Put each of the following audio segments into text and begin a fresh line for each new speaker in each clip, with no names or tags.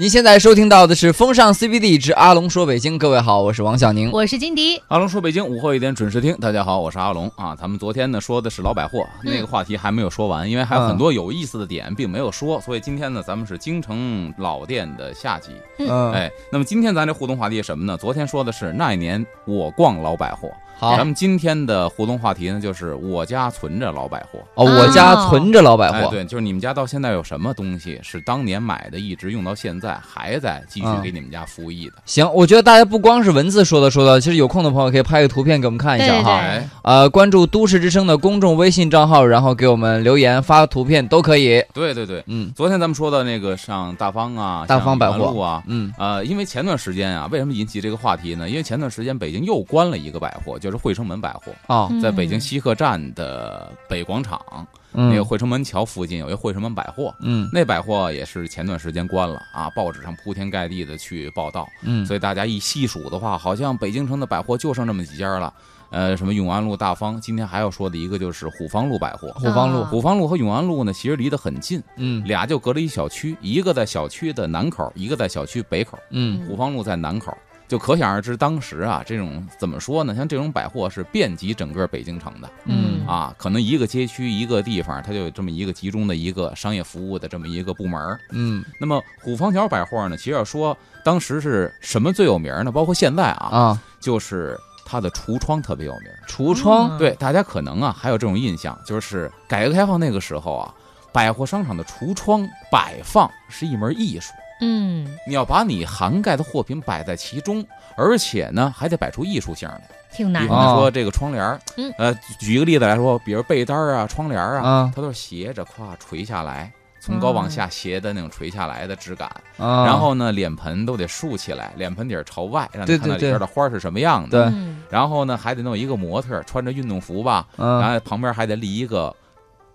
您现在收听到的是《风尚 CBD 之阿龙说北京》，各位好，我是王小
嗯
宁。
我是金迪，
阿龙说北京午后一点准时听，大家好，我是阿龙啊。咱们昨天呢说的是老百货
嗯
那个话题还没有说完，因为还有
嗯
很多有意思的点并没有说，所以今天呢咱们是京城老店的下集。
嗯，
哎，那么今天咱这互动话题是什么呢？昨天说的是那一年我逛老百货，
好
咱们今天的互动话题呢就是我家存着老百货。
哦，我家存着老百
哎，
货，
对，就是你们家到现在有什么东西是当年买的，一直用到现在，还在继续
嗯
给你们家服役的？
行，我觉得大家不光是文字说的说的，其实有空的朋友可以拍个图片给我们看一下
对
哈。
哎，
呃，关注都市之声的公众微信账号，然后给我们留言发图片都可以。
对对对，
嗯
昨天咱们说的那个上大方啊，
大方
像
百
玉环路啊，
嗯，
呃，因为前段时间啊，为什么引起这个话题呢？因为前段时间北京又关了一个百货，就是惠城门百货，
哦，
嗯
在北京西客站的北广场、
嗯
那个惠城门桥附近有一个惠城门百货，
嗯
那百货也是前段时间关了啊，报纸上铺天盖地的去报道，
嗯，
所以大家一细数的话，好像北京城的百货就剩这么几家了。呃，什么永安路、大方，今天还要说的一个就是虎坊路百货。
虎坊路
啊，
虎坊路和永安路呢，其实离得很近，
嗯
俩就隔了一小区，一个在小区的南口，一个在小区北口。
嗯
虎坊路在南口，就可想而知，当时啊，这种怎么说呢？像这种百货是遍及整个北京城的
嗯
啊，可能一个街区、一个地方，它就有这么一个集中的一个商业服务的这么一个部门儿。
嗯
那么虎坊桥百货呢，其实要说当时是什么最有名儿呢？包括现在啊，
啊，
就是它的橱窗特别有名儿。
橱窗，
对，大家可能啊还有这种印象，就是改革开放那个时候啊，百货商场的橱窗摆放是一门艺术。
嗯，
你要把你涵盖的货品摆在其中，而且呢还得摆出艺术性来。
挺
比
难的，
方说这个窗帘儿
嗯，
呃，举一个例子来说，比如被单儿啊、窗帘儿啊，
啊
它都是斜着挎垂下来，从高往下斜的那种垂下来的质感。
啊，
然后呢，脸盆都得竖起来，脸盆底儿朝外，让
对
你看
对
到里
对
边的花儿是什么样的。
对
嗯
然后呢，还得弄一个模特儿穿着运动服吧，然
嗯
后旁边还得立一个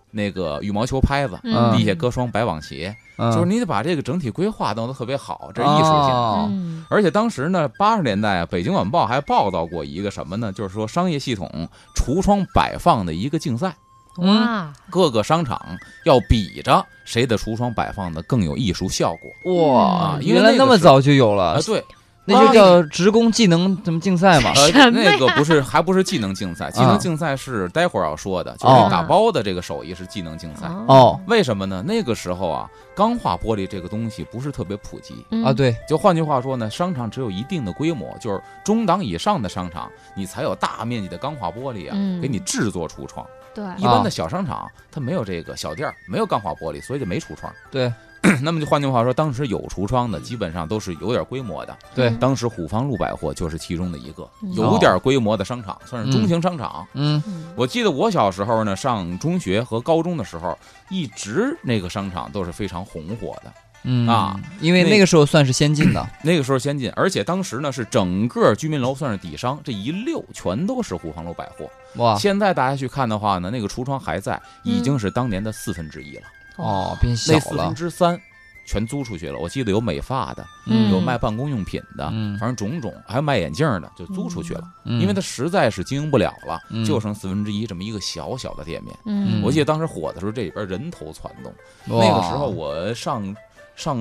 那个羽毛球拍子，
嗯
底下搁双白网鞋，
嗯，
就是你得把这个整体规划弄得特别好，这是艺术性。
哦
嗯
而且当时呢，八十年代啊，《北京晚报》还报道过一个什么呢？就是说商业系统橱窗摆放的一个竞赛，
嗯
哇，
各个商场要比着谁的橱窗摆放的更有艺术效果
哇，
嗯
因为
原来
那
那
个
么
是
早就有了
啊！，对，
哦那就叫职工技能什么竞赛嘛？
呃
什，么呀嗯
那个不是还不是技能竞赛，技能竞赛是待会儿要说的，就是
哦
打包的这个手艺是技能竞赛。
哦
为什么呢？那个时候啊，钢化玻璃这个东西不是特别普及，
嗯
啊，，对，
就换句话说呢，商场只有一定的规模，就是中档以上的商场，你才有大面积的钢化玻璃啊，
嗯
给你制作橱窗。
对，
一般的小商场它没有这个小店儿，没有钢化玻璃，所以就没橱
哦
窗。
对
那么就换句话说，当时有橱窗的，基本上都是有点规模的。
对
嗯
当时虎坊路百货就是其中的一个
嗯
有点规模的商场，算是中型商场。
哦嗯
嗯
我记得我小时候呢，上中学和高中的时候，一直那个商场都是非常红火的。
嗯
啊，
因为
那
那个时候算是先进的，
那个时候先进，而且当时呢是整个居民楼算是底商，这一溜全都是虎坊路百货。
哇
现在大家去看的话呢，那个橱窗还在，已经是当年的四分之一了，
哦，变嗯小
那四分
了，
之三全租出去了。我记得有美发的，
嗯
有卖办公用品的，
嗯
反正种种，还有卖眼镜的，就租出去了，
嗯
因为它实在是经营不了了，
嗯
就剩四分之一这么一个小小的店面。
嗯，
我记得当时火的时候，这里边人头攒动。
哇
那个时候我上上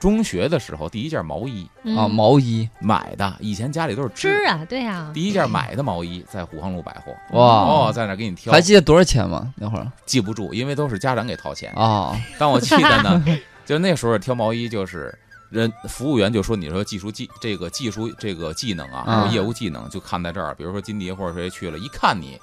中学的时候，第一件毛衣。
嗯
啊毛衣
买的，以前家里都是
织啊，对呀，
第一件买的毛衣在虎航路百货，
哇，
哦，在那儿给你挑
还，记得多少钱吗？那会儿
记不住，因为都是家长给掏钱。
啊，
但我记得呢，就那时候挑毛衣就是。人服务员就说：“你说技术技这个技术这个技能啊，
嗯
或者业务技能，就看在这儿。比如说金蝶或者谁去了，一看你，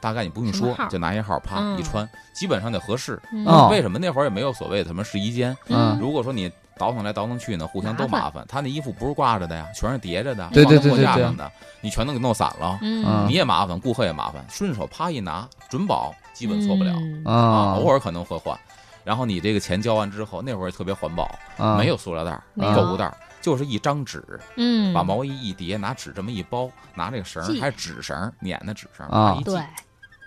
大概你不用
什么
说
号，
就拿一号，啪
嗯
一穿，基本上得合适。
嗯
哦
为什么那会儿也没有所谓的什么试衣间？
嗯
如果说你倒腾来倒腾去呢，互相都
麻
麻烦。他那衣服不是挂着的呀，全是叠着的，
对
放在
对对
货
对
架
对
上的，你全都给弄散了，
嗯
嗯，
你也麻烦，顾客也麻烦，顺手啪一拿，准保基本错不了
嗯
啊，
啊
偶尔可能会换。然后你这个钱交完之后，那会儿特别环保，
啊
没有塑料袋儿、
没
有
购物袋儿，就是一张纸，
嗯，
把毛衣一叠，拿纸这么一包，拿这个绳儿
系
还是纸绳儿捻在纸上，
啊
一系
对，，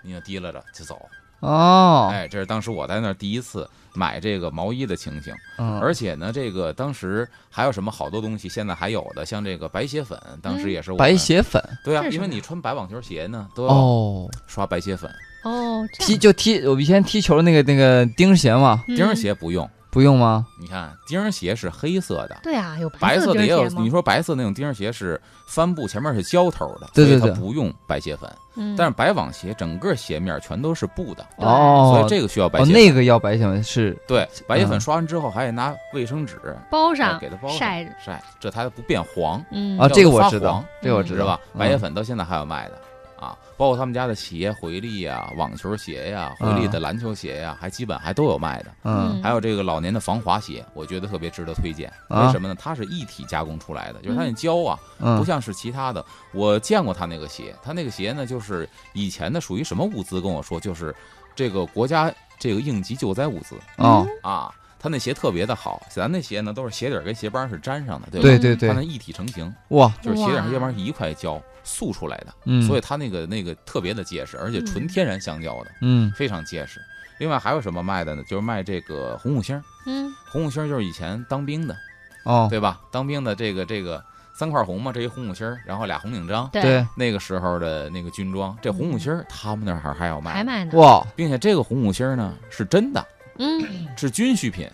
你就提拉着就走。
哦，
哎，这是当时我在那儿第一次买这个毛衣的情形。
嗯
而且呢，这个当时还有什么好多东西，现在还有的，像这个白鞋粉，当时也是我们
白，鞋粉
对啊，
嗯这是
因为
什么
你穿白网球鞋呢，都要
哦，
刷白鞋粉，
哦，这
踢
样嗯
就踢，我以前踢球那个那个钉鞋嘛，
钉儿，鞋不用，
不用吗？
你看钉儿鞋是黑色的，
对啊，有
白
色
色的
钉
也有
鞋，吗
你？说白色那种钉儿鞋是帆布前面是胶头的，
对对
所以
对
它不用白鞋粉。
嗯
但是白网鞋整个鞋面全都是布的，
对
哦
所以，这个需要白
哦
鞋粉。
那个要白粉是
对，白鞋
嗯
粉刷完之后还得拿卫生纸
包
呃
上
给它包
啊晒着，
晒，这它不变黄，
嗯
啊，
叫
这个
做
我
发
知道
黄，
这个我
嗯
知
知
道，
道吧？白
嗯
鞋粉到现在还有卖的啊，包括他们家的鞋、回力呀、网球鞋呀、回力
嗯
的篮球鞋呀，还基本还都有卖的。
嗯
嗯
还有这个老年的防滑鞋，我觉得特别值得推荐。
啊
为什么呢？它是一体加工出来的，就是它那胶啊，不
嗯
像是其他的。我见过他那个鞋，他那个鞋呢，就是以前的属于什么物资？跟我说，就是这个国家这个应急救灾物资
哦，
啊。他那鞋特别的好，咱那鞋呢都是鞋底儿跟鞋帮是粘上的，对吧？
对对
它
对
那，一体成型，
哇，
就是鞋底儿和鞋帮
哇
是一块胶塑出来的，
嗯，
所以它那个那个特别的结实，而且纯
嗯
天然橡胶的，
嗯
非常结实。另外还有什么卖的呢？就是卖这个红五星儿，
嗯
红五星儿就是以前当兵的，
哦，
对吧？当兵的这个这个三块红嘛，这一红五星儿，然后俩红领章，
对，
那个时候的那个军装，这红五星儿他们那儿还有卖，
嗯还卖呢，
哇，
并且这个红五星儿呢是真的，
嗯
是军需品，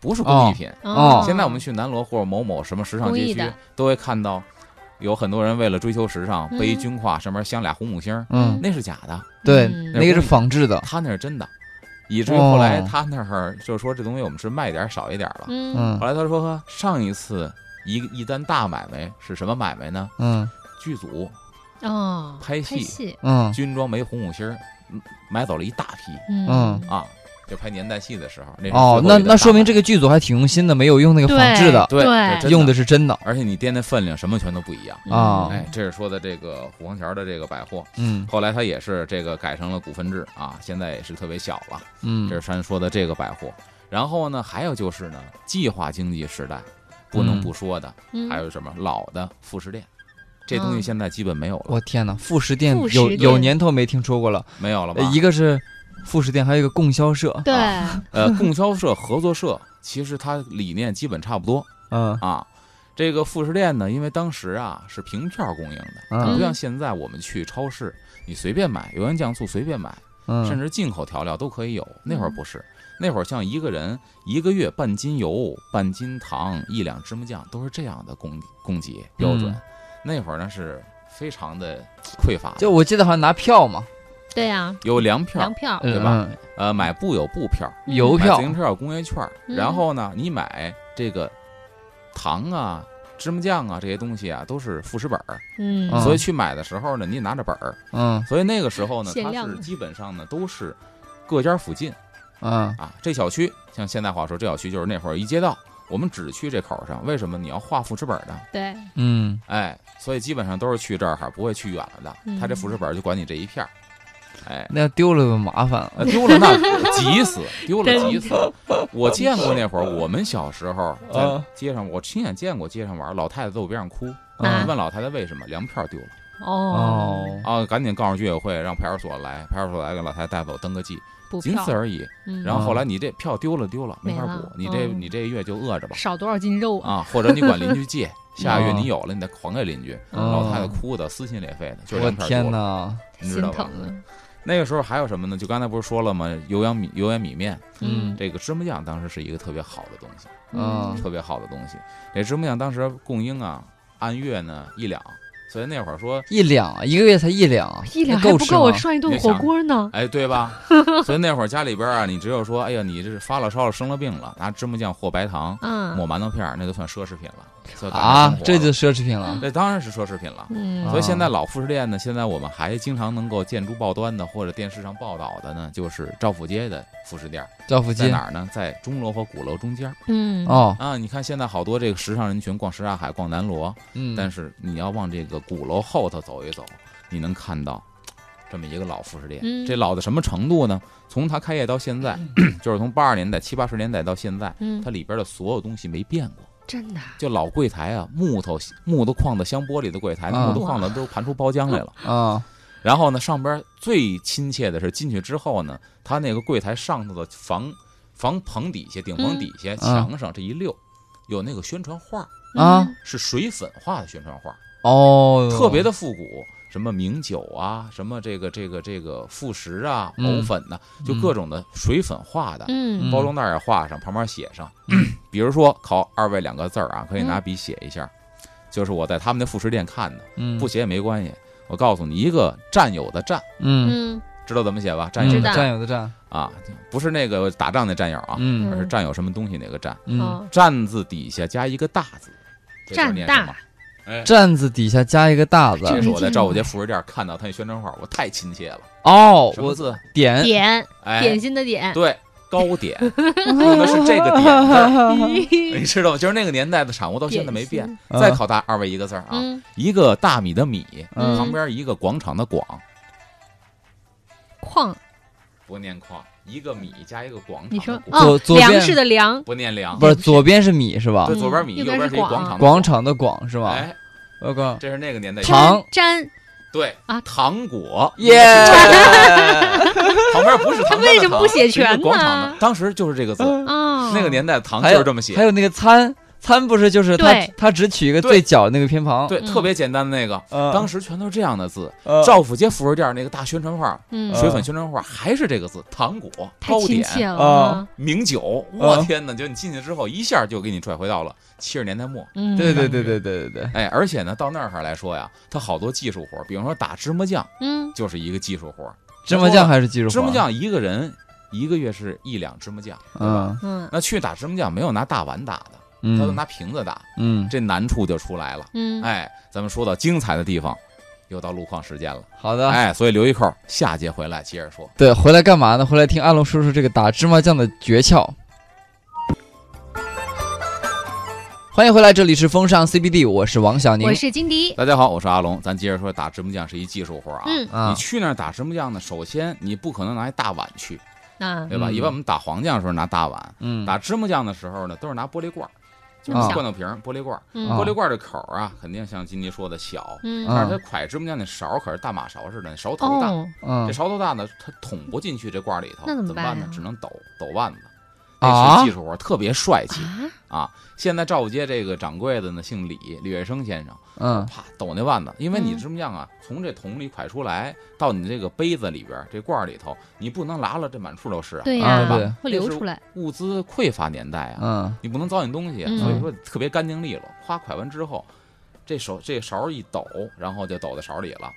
不是工艺品。
哦
现在我们去南锣或者某某什么时尚
故
街
意
区
的，
都会看到有很多人为了追求时尚，背一
嗯
军挎，上面镶俩红五星儿，
嗯，
那是假的，
对，
嗯
那个是仿制的，
他那是真的。以至于后来
哦
他那儿就说这东西我们是卖点儿少一点儿了。
嗯
嗯
后来他说上一次一个一单大买卖是什么买卖呢？
嗯
剧组
哦，
拍
拍
戏
戏，
嗯
军装没红五星儿，嗯买走了一大批
嗯
啊，就拍年代戏的时候。那是
哦，
最后
那
一单
那说明
大
这个剧组还挺用心的，没有用那个
对
仿制的，
对
对
这真
用
的
的是真的。
买，而且你掂那分量什么全都不一样。
嗯
啊
哎，这是说的这个虎坊桥的这个百货，
嗯
后来它也是这个改成了股份制啊，现在也是特别小了。
嗯，
这是咱说的这个百货。然后呢，还有就是呢，计划经济时代不能不说的，
嗯
还有什么老的副食店，这东西
嗯
现在基本没有了，
我天哪，副食店
副食
有有
店
年头没听说过了，
没有了吧
呃？一个是副食店，还有一个供销社，
嗯对，
呃，供销社、合作社，其实它理念基本差不多
嗯
啊。这个副食店呢，因为当时啊是凭票供应的，它
嗯
不像现在我们去超市，你随便买油盐酱醋随便买，甚
嗯，
至进口调料都可以有。那会儿不是，那会儿像一个人一个月半斤油、半斤糖、一两芝麻酱，都是这样的供供给标准。
嗯
那会儿呢是非常的匮乏的，
就我记得好像拿票嘛，
对呀，
有粮票
粮，票，
对吧呃，买布有布票，
嗯？邮
买自
票，
行车有工业券儿，
嗯
然后呢，你买这个糖啊。芝麻酱啊，这些东西啊都是副食本儿，
嗯，
嗯
所以去买的时候呢，你拿着本儿。
嗯
所以那个时候呢，
限
它
量
是
的
基本上呢都是各家附近
嗯
啊，这小区像现在话说，这小区就是那会儿一街道，我们只去这口儿上。为什么你要画副食本儿呢？
对，
嗯，
哎，所以基本上都是去这儿哈，不会去远了的。他这
嗯
副食本儿就管你这一片儿， 哎，
那要丢了就麻烦了。
呃丢了那急死，丢了
真
急死。我见过那会儿，我们小时候在
啊
街上，我亲眼见过街上玩儿，老太太在我边上哭，
那
嗯
问老太太为什么粮票丢了
哦
哦，
啊，赶紧告诉居委会，让派出所来，派出所来给老太太带走登个记，
补
仅
票
此，而已。
嗯
然后后来你这票丢了丢了，没
没
法
了
补，你这
嗯
你这一月就饿着吧。
少多少斤肉？
啊，或者你管邻居 借，下个月
哦
你有了，你再还给邻居。
嗯
老太太哭的撕心裂肺的，就是
我
两片儿
天
多了，
哪，
你
心
知道吧
疼？啊的，
那个时候还有什么呢？就刚才不是说了吗？油盐米油盐米面，
嗯
这个芝麻酱当时是一个特别好的东西，
嗯
特别好的东西。这芝麻酱当时供应啊，按月呢一两，所以那会儿说，
一两啊，一个月才一两，
一两
那
还
够
不
吃
够我
吗？
涮一顿火锅呢。
哎，对吧？ 所以那会儿家里边啊，你只有说，哎呀，你这是发了烧了，生了病了，拿芝麻酱和白糖
嗯
抹馒头片儿，那就算奢侈品了。算赶上
啊
生，活
这
了
就奢侈品了。
这当然是奢侈品了。
嗯，
所以
哦
现在老副食店呢，现在我们还经常能够见诸报端的，或者电视上报道的呢，就是赵府街的副食店，
赵福
在
金
哪儿呢？在钟楼和鼓楼中间儿
嗯，
哦，
啊。你看现在好多这个时尚人群逛什刹海、逛南锣，
嗯，
但是你要往这个鼓楼后头走一走，你能看到这么一个老副食店。
嗯
这老到什么程度呢？从它开业到现在，就是从八十年代、七八十年代到现在，
嗯
它，里边的所有东西没变过。
真的啊，
就老柜台啊，木头木头框的镶玻璃的柜台，
啊
木头框的都盘出包浆来了。
啊，
然后呢，上边最亲切的是进去之后呢，他那个柜台上头的防防棚底下、顶棚底下、
嗯
墙上这一溜，有那个宣传画，
嗯
啊
是水粉画的宣传画，
哦，
特别
的
的复古。什么名酒啊，什么这个这个这个副食啊，
嗯
藕粉呐、就各种的水粉画的，
嗯
包装袋也画上，旁边写上，
嗯
比如说考二位两个字儿啊，可以拿笔写一下，就是我在他们那副食店看的，
嗯
不写也没关系。我告诉你，一个占有的占，
嗯，
嗯
知道怎么写吧？占
嗯
有
知
的
道
占有的占，
啊，不是那个打仗那战友啊，
嗯
而是占有什么东西哪个占。
嗯，
哦
占字底下加一个大字，这字儿
占
念什么
大，
站字底下加一个大字
这是我在
没见过
赵府街副食店看到他那宣传画，我太亲切了。
哦，
什么
我
字？
点
点
哎
点，心的点，
对，糕点，用的是这个点字儿，你知道吗？就是那个年代的产哎物，到现在没变。
点心。
再考大二位一个字儿啊，
嗯，
一个大米的米，
嗯
旁边一个广场的广，
矿，
不念矿，一个米加一个广
你
场
说
嗯的广，
哦
左，左边
粮食的粮，
不念粮
不，是左边是米是吧
对，？
嗯
左边米，
右
右
边
边
是
是一
广
广场的
广场的广是吧？
哎，
我靠，
这是那个年代
哎糖
粘
对
啊
糖果
耶！
旁边不是糖
为什么不写全呢
是一个广场的，当时就是这个字，
啊，
那个年代的糖
还
就
有
是这么写
还。有那个参参不是就是他
对
他只取一个
对
最角那个偏旁，
对，
嗯
特别简单的那个，
呃，
当时全都是这样的字。
呃
赵府街副食店那个大宣传画，
嗯，
水粉宣传画还是这个字，糖果、
太
呃糕
亲
点、哦
切了
啊
啊，
名酒。啊我天哪！就你进去之后，一下就给你拽回到了七十年代末。
嗯，
对对对对对对对，
哎，而且呢，到那儿来说呀，它好多技术活儿，比方说打芝麻酱
嗯，
就是一个技术活儿。
芝麻酱还是技术活，
芝麻酱一个人一个月是一两芝麻酱，对吧
嗯
嗯
那去打芝麻酱没有拿大碗打的，他都
嗯
拿瓶子打，
嗯，
这难处就出来了。
嗯，
哎，咱们说到精彩的地方，又到路况时间了。
好的。
哎，所以留一扣，下节回来接着说。
对，回来干嘛呢？回来听阿龙说说这个打芝麻酱的诀窍。欢迎回来，这里是风尚 CBD，我是王小宁
我。是金迪，
大家好，我是阿龙，咱接着说打芝麻酱是一技术活啊。
嗯
啊
你，去那儿打芝麻酱呢，首先你不可能拿一大碗去，
啊，
对吧？
嗯
一般我们打黄酱的时候拿大碗，
嗯，
打芝麻酱的时候呢，都是拿玻璃罐儿，就
这
是
么
拿
小
罐头瓶儿、玻璃罐儿。
嗯
啊
玻璃罐儿的口儿啊，肯定像金妮说的小，
嗯
啊
但是它蒯芝麻酱那勺儿可是大马勺似的，勺头大。
哦，
嗯
这勺头大呢，它捅不进去这罐儿里头，
那
怎
怎么
么办
办
呢
呀？
只能抖抖腕子，
啊
那是技术活儿，特别帅气。
啊，
啊，现在赵府街这个掌柜的呢，姓李，李月生先生，
嗯
啪抖那腕子，因为你
嗯
芝麻酱啊，从这桶里蒯出来到你这个杯子里边儿这罐儿里头，你不能拉了这满处都是啊，
对
啊
呀
对，
会流出来，
物资匮乏年代啊，
嗯
你不能糟践东西，
嗯
所以说特别干净利落。夸蒯完之后，这手这勺一抖，然后就抖在勺里了。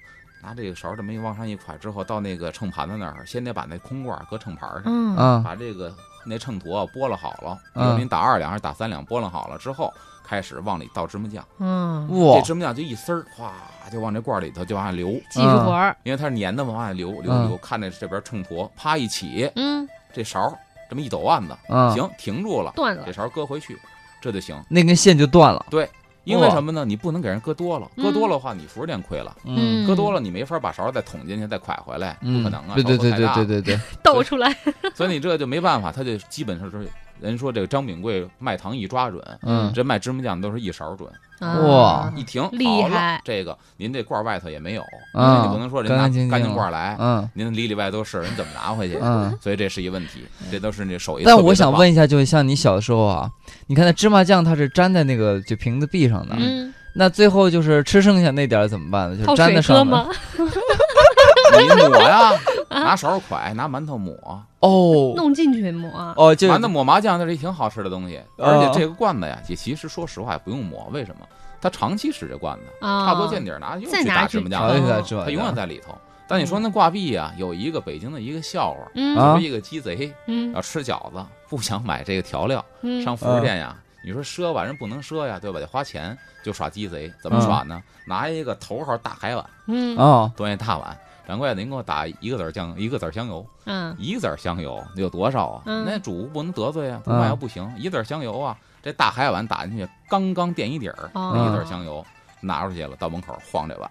拿这个勺这么一往上一蒯之后，到那个秤盘子那儿，先得把那空罐儿搁秤盘上，
嗯
嗯
把这个那秤砣啊拨了好了，比
嗯
如您打二两还是打三两，拨了好了之后，开始往里倒芝麻酱，
嗯，
哇
这芝麻酱就一丝儿，哗就往这罐儿里头就往下流，
技术活儿，
因为它是粘的嘛，往下流流
嗯
流，看着这边秤砣啪一起，
嗯，
这勺儿这么一抖腕子，
嗯，，
行，停住了，
断
这
了，
勺儿搁回去，这就行。
那根线就断了。
因为
哇
什么呢？你不能给人搁多了，搁
嗯
多了的话，你服饰店亏了。
嗯，
搁多了，你没法把勺儿再捅进去，再蒯回来，不可能啊！
对对
勺头
对
太
对
大
对对对，
倒出来，
所以你这就没办法，他就基本上是人说这个张秉贵卖糖一抓准，
嗯
这卖芝麻酱都是一勺准，
哇
啊
一停
厉
好了
害
这个您这罐儿外头也没有，
啊
你不能说人
干
拿
干净净
干净
了
罐儿来，
嗯
您里里外都是，人怎么拿回去？
嗯。
所以这是一问题，这都是那手艺。
但我想，问一下，就是像你小的时候啊，你看那芝麻酱它是粘在那个就瓶子壁上的，
嗯，
那最后就是吃剩下那点儿怎么办呢？就
泡
是粘
水
在
喝
上面。
吗？
你抹呀，拿勺儿蒯，拿馒头抹，
哦
弄进去抹，
哦，就
馒头抹麻酱那是一挺好吃的东西，
哦
而且这个罐子呀，也其实说实话也不用抹，为什么？他长期使这罐子，
啊，
差不多见底儿拿又
再
去
拿
打
去
芝麻酱
调
了
一，下芝麻酱，
它永远在里头。但你说那挂壁啊，有一个北京的一个笑话，
嗯
啊
就说一个鸡贼
嗯
要吃饺子，不想买这个调料，
嗯，
上副食店呀，你说赊吧，人不能赊呀，对吧？得花钱，就耍鸡贼，怎
嗯
么耍呢？拿一个头号大海碗，
嗯
哦，
端一大碗，掌柜的您给我打一个子儿酱，一个子儿香油，
嗯
一个子儿香油那有多少啊？
嗯
那主顾不能得罪啊，不
嗯
卖又不行，一子儿香油啊，这大海碗打进去，刚刚垫一底儿，
哦
那一
嗯
子儿香油拿出去了，到门口晃这碗。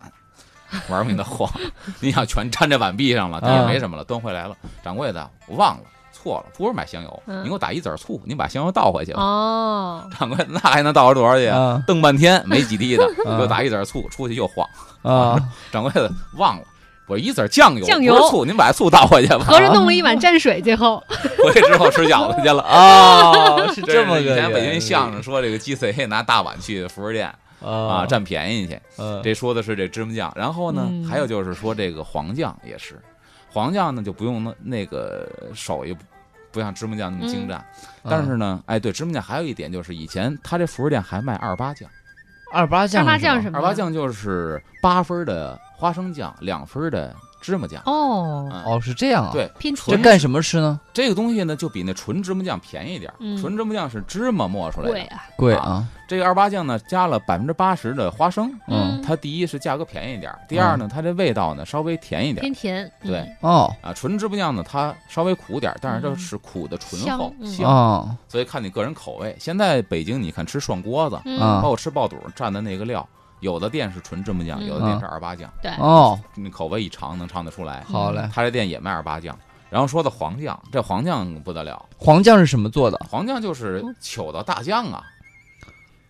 玩命的晃， 你想全粘这碗壁上了，但也
嗯
没什么了，端回来了。掌柜的，我忘了，错了，不是买香油，
嗯
您给我打一子儿醋，您把香油倒回去吧。
哦，
掌柜，那还能倒出多少去啊？
啊
瞪半天没几滴的，
啊
又打一子儿醋，出去又晃。
啊，
掌柜的忘了，我一子儿酱油，
酱油
不是醋，您把醋倒回去吧。
合着弄了一
啊
碗蘸水，最后
回去之后吃饺子去了。
哦，是
这
这么
是以
个原
前
理。
北京相声说这个鸡贼拿大碗去服饰店，
啊
啊，占便宜去。
呃
这说的是这芝麻酱，然后呢
嗯，
还有就是说这个黄酱也是，黄酱呢就不用那那个手也不不像芝麻酱那
嗯
么精湛，
嗯
但是呢，哎，对，芝麻酱还有一点就是以前他这服饰店还卖二八酱，
二八酱
二八酱
是
是
吧
吗？
二八酱就是八分的花生酱，两分的芝麻酱。
哦，
嗯
哦，是这样啊。，
对，
偏
这
纯
甜
干什么吃呢？
这个东西呢就比那纯芝麻酱便宜一点儿，
嗯
纯芝麻酱是芝麻磨出来
贵
的，
啊，
贵
啊
啊，
这个二八酱呢加了百分之八十的花生。
嗯
它第一是价格便宜一点儿，第二呢，它这味道呢稍微甜一点儿
偏甜，嗯
对，
哦
啊。纯芝麻酱呢它稍微苦点儿，但是这
嗯
是苦的醇
香
厚
嗯
香，
哦，
所以看你个人口味。现在北京你看吃涮锅子，
嗯
啊
包括吃爆肚蘸的那个料，有的店是纯芝麻酱，
嗯
有的店是二八酱，
对，嗯
哦，
你口味一尝能尝得出来。
啊好嘞。
他这店也卖二八酱。然后说的黄酱，这黄酱不得了，
黄酱是什么做的？
黄酱就是
嗯
糗的大酱啊，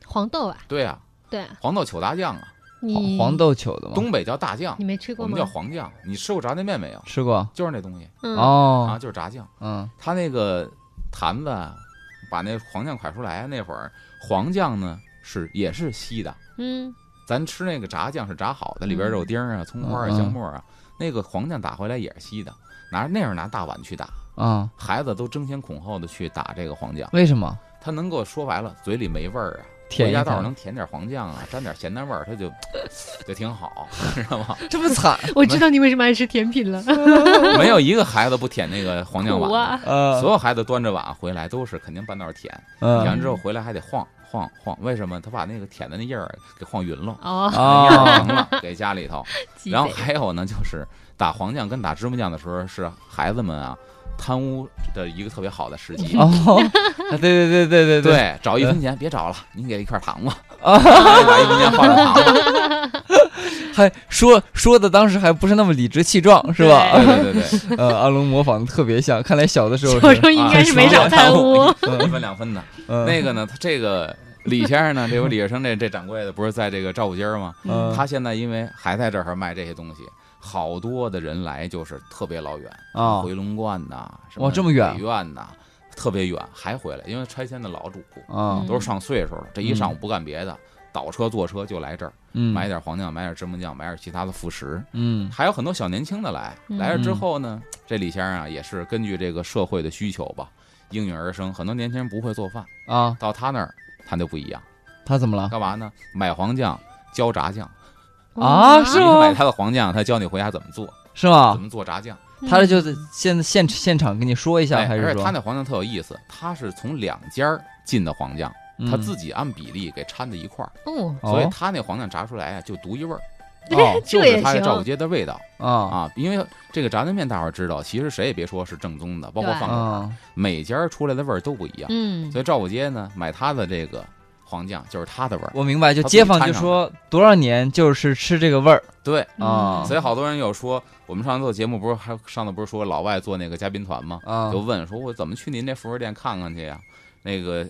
黄豆啊，
对啊，
对，
黄豆糗大酱啊，
你
黄豆球的吗？
东北叫大酱
你，没吃过
我们叫
吗？
黄酱。你吃过炸酱面没有？
吃过
就是那东西
嗯，
啊，
哦，
就是炸酱。
嗯
他那个坛子啊把那黄酱蒯出来那会儿，黄酱呢是也是稀的，
嗯，
咱吃那个炸酱是炸好的，里边
嗯
肉丁儿啊、葱花啊、
嗯嗯
姜末啊，那个黄酱打回来也是稀的，拿那是拿大碗去打，
啊，
孩子都争先恐后的去打这个黄酱，
为什么？
他能够说白了嘴里没味儿啊。
舔
回
一
家倒
舔
是能舔点黄酱啊，沾点咸淡味儿，他就 就挺好，知道 吗？
这么惨？
我知道你为什么爱吃甜品了，
没有一个孩子不舔那个黄酱
苦
碗
啊，
的，
呃
所有孩子端着碗回来都是肯定半道儿舔，舔
嗯
完之后回来还得晃晃晃，为什么？他把那个舔的那印儿给晃匀了，
哦，
那印儿
啊
平了，给家里头。
鸡
然后
贼
还有呢，就是打黄酱跟打芝麻酱的时候，是孩子们啊贪污的一个特别好的时机。
哦，对对对对对
对，找一分钱别找了，您给一块糖吧， 把一分钱换成糖吧，
还说说的当时还不是那么理直气壮，是吧？
对对对对，
呃，阿龙模仿的特别像，看来小的时候
小
是
时候应该是没少 贪污，
一分两分的。
嗯
那个呢，他这个李先生呢，这位李学生这这掌柜的不是在这个赵府街儿吗？
嗯
他现在因为还在这儿卖这些东西，好多的人来就是特别老远，
啊
回龙观呐，什
哇这么远
北苑呐，特别远还回来，因为拆迁的老主顾
啊
嗯
都是上岁数了，这一上午不干别的，倒车坐车就来这儿
嗯
买点黄酱，买点芝麻酱，买点其他的副食，
嗯
还有很多小年轻的来，
嗯
来了之后呢，这李先生啊也是根据这个社会的需求吧，应运而生，很多年轻人不会做饭，
啊，
到他那儿他就不一样，
他怎么了？
干嘛呢？买黄酱。教炸酱，
嗯
嗯
啊
哦
是
你
吗
买他的黄酱，他教你回家怎么做，
是
怎
吗？
么做炸酱。
嗯
他这就是现现现场跟你说一下，
哎
还
而
是
且他
说
那黄酱特有意思，他是从两家儿进的黄酱，他自己按比例给掺在一块儿，
哦，
嗯哦
所以他那黄酱炸出来啊就独一味儿，
哦
就
这
是
也
他这
行，
赵府街的味道
啊
啊。因为这个炸酱面大伙儿知道，其实谁也别说是正宗的，包括
对
放口，
啊
每家儿出来的味儿都不一样。
嗯，
所以赵府街呢，买他的这个黄酱就是他的味儿，
我明白，就
他自己
街坊
掺
就
上
说多少年就是吃这个味儿
对。
啊
嗯
所以好多人有说，我们上次做节目不是还上次不是说老外做那个嘉宾团吗？
啊
就问说：“我怎么去您这服饰店看看去呀、那个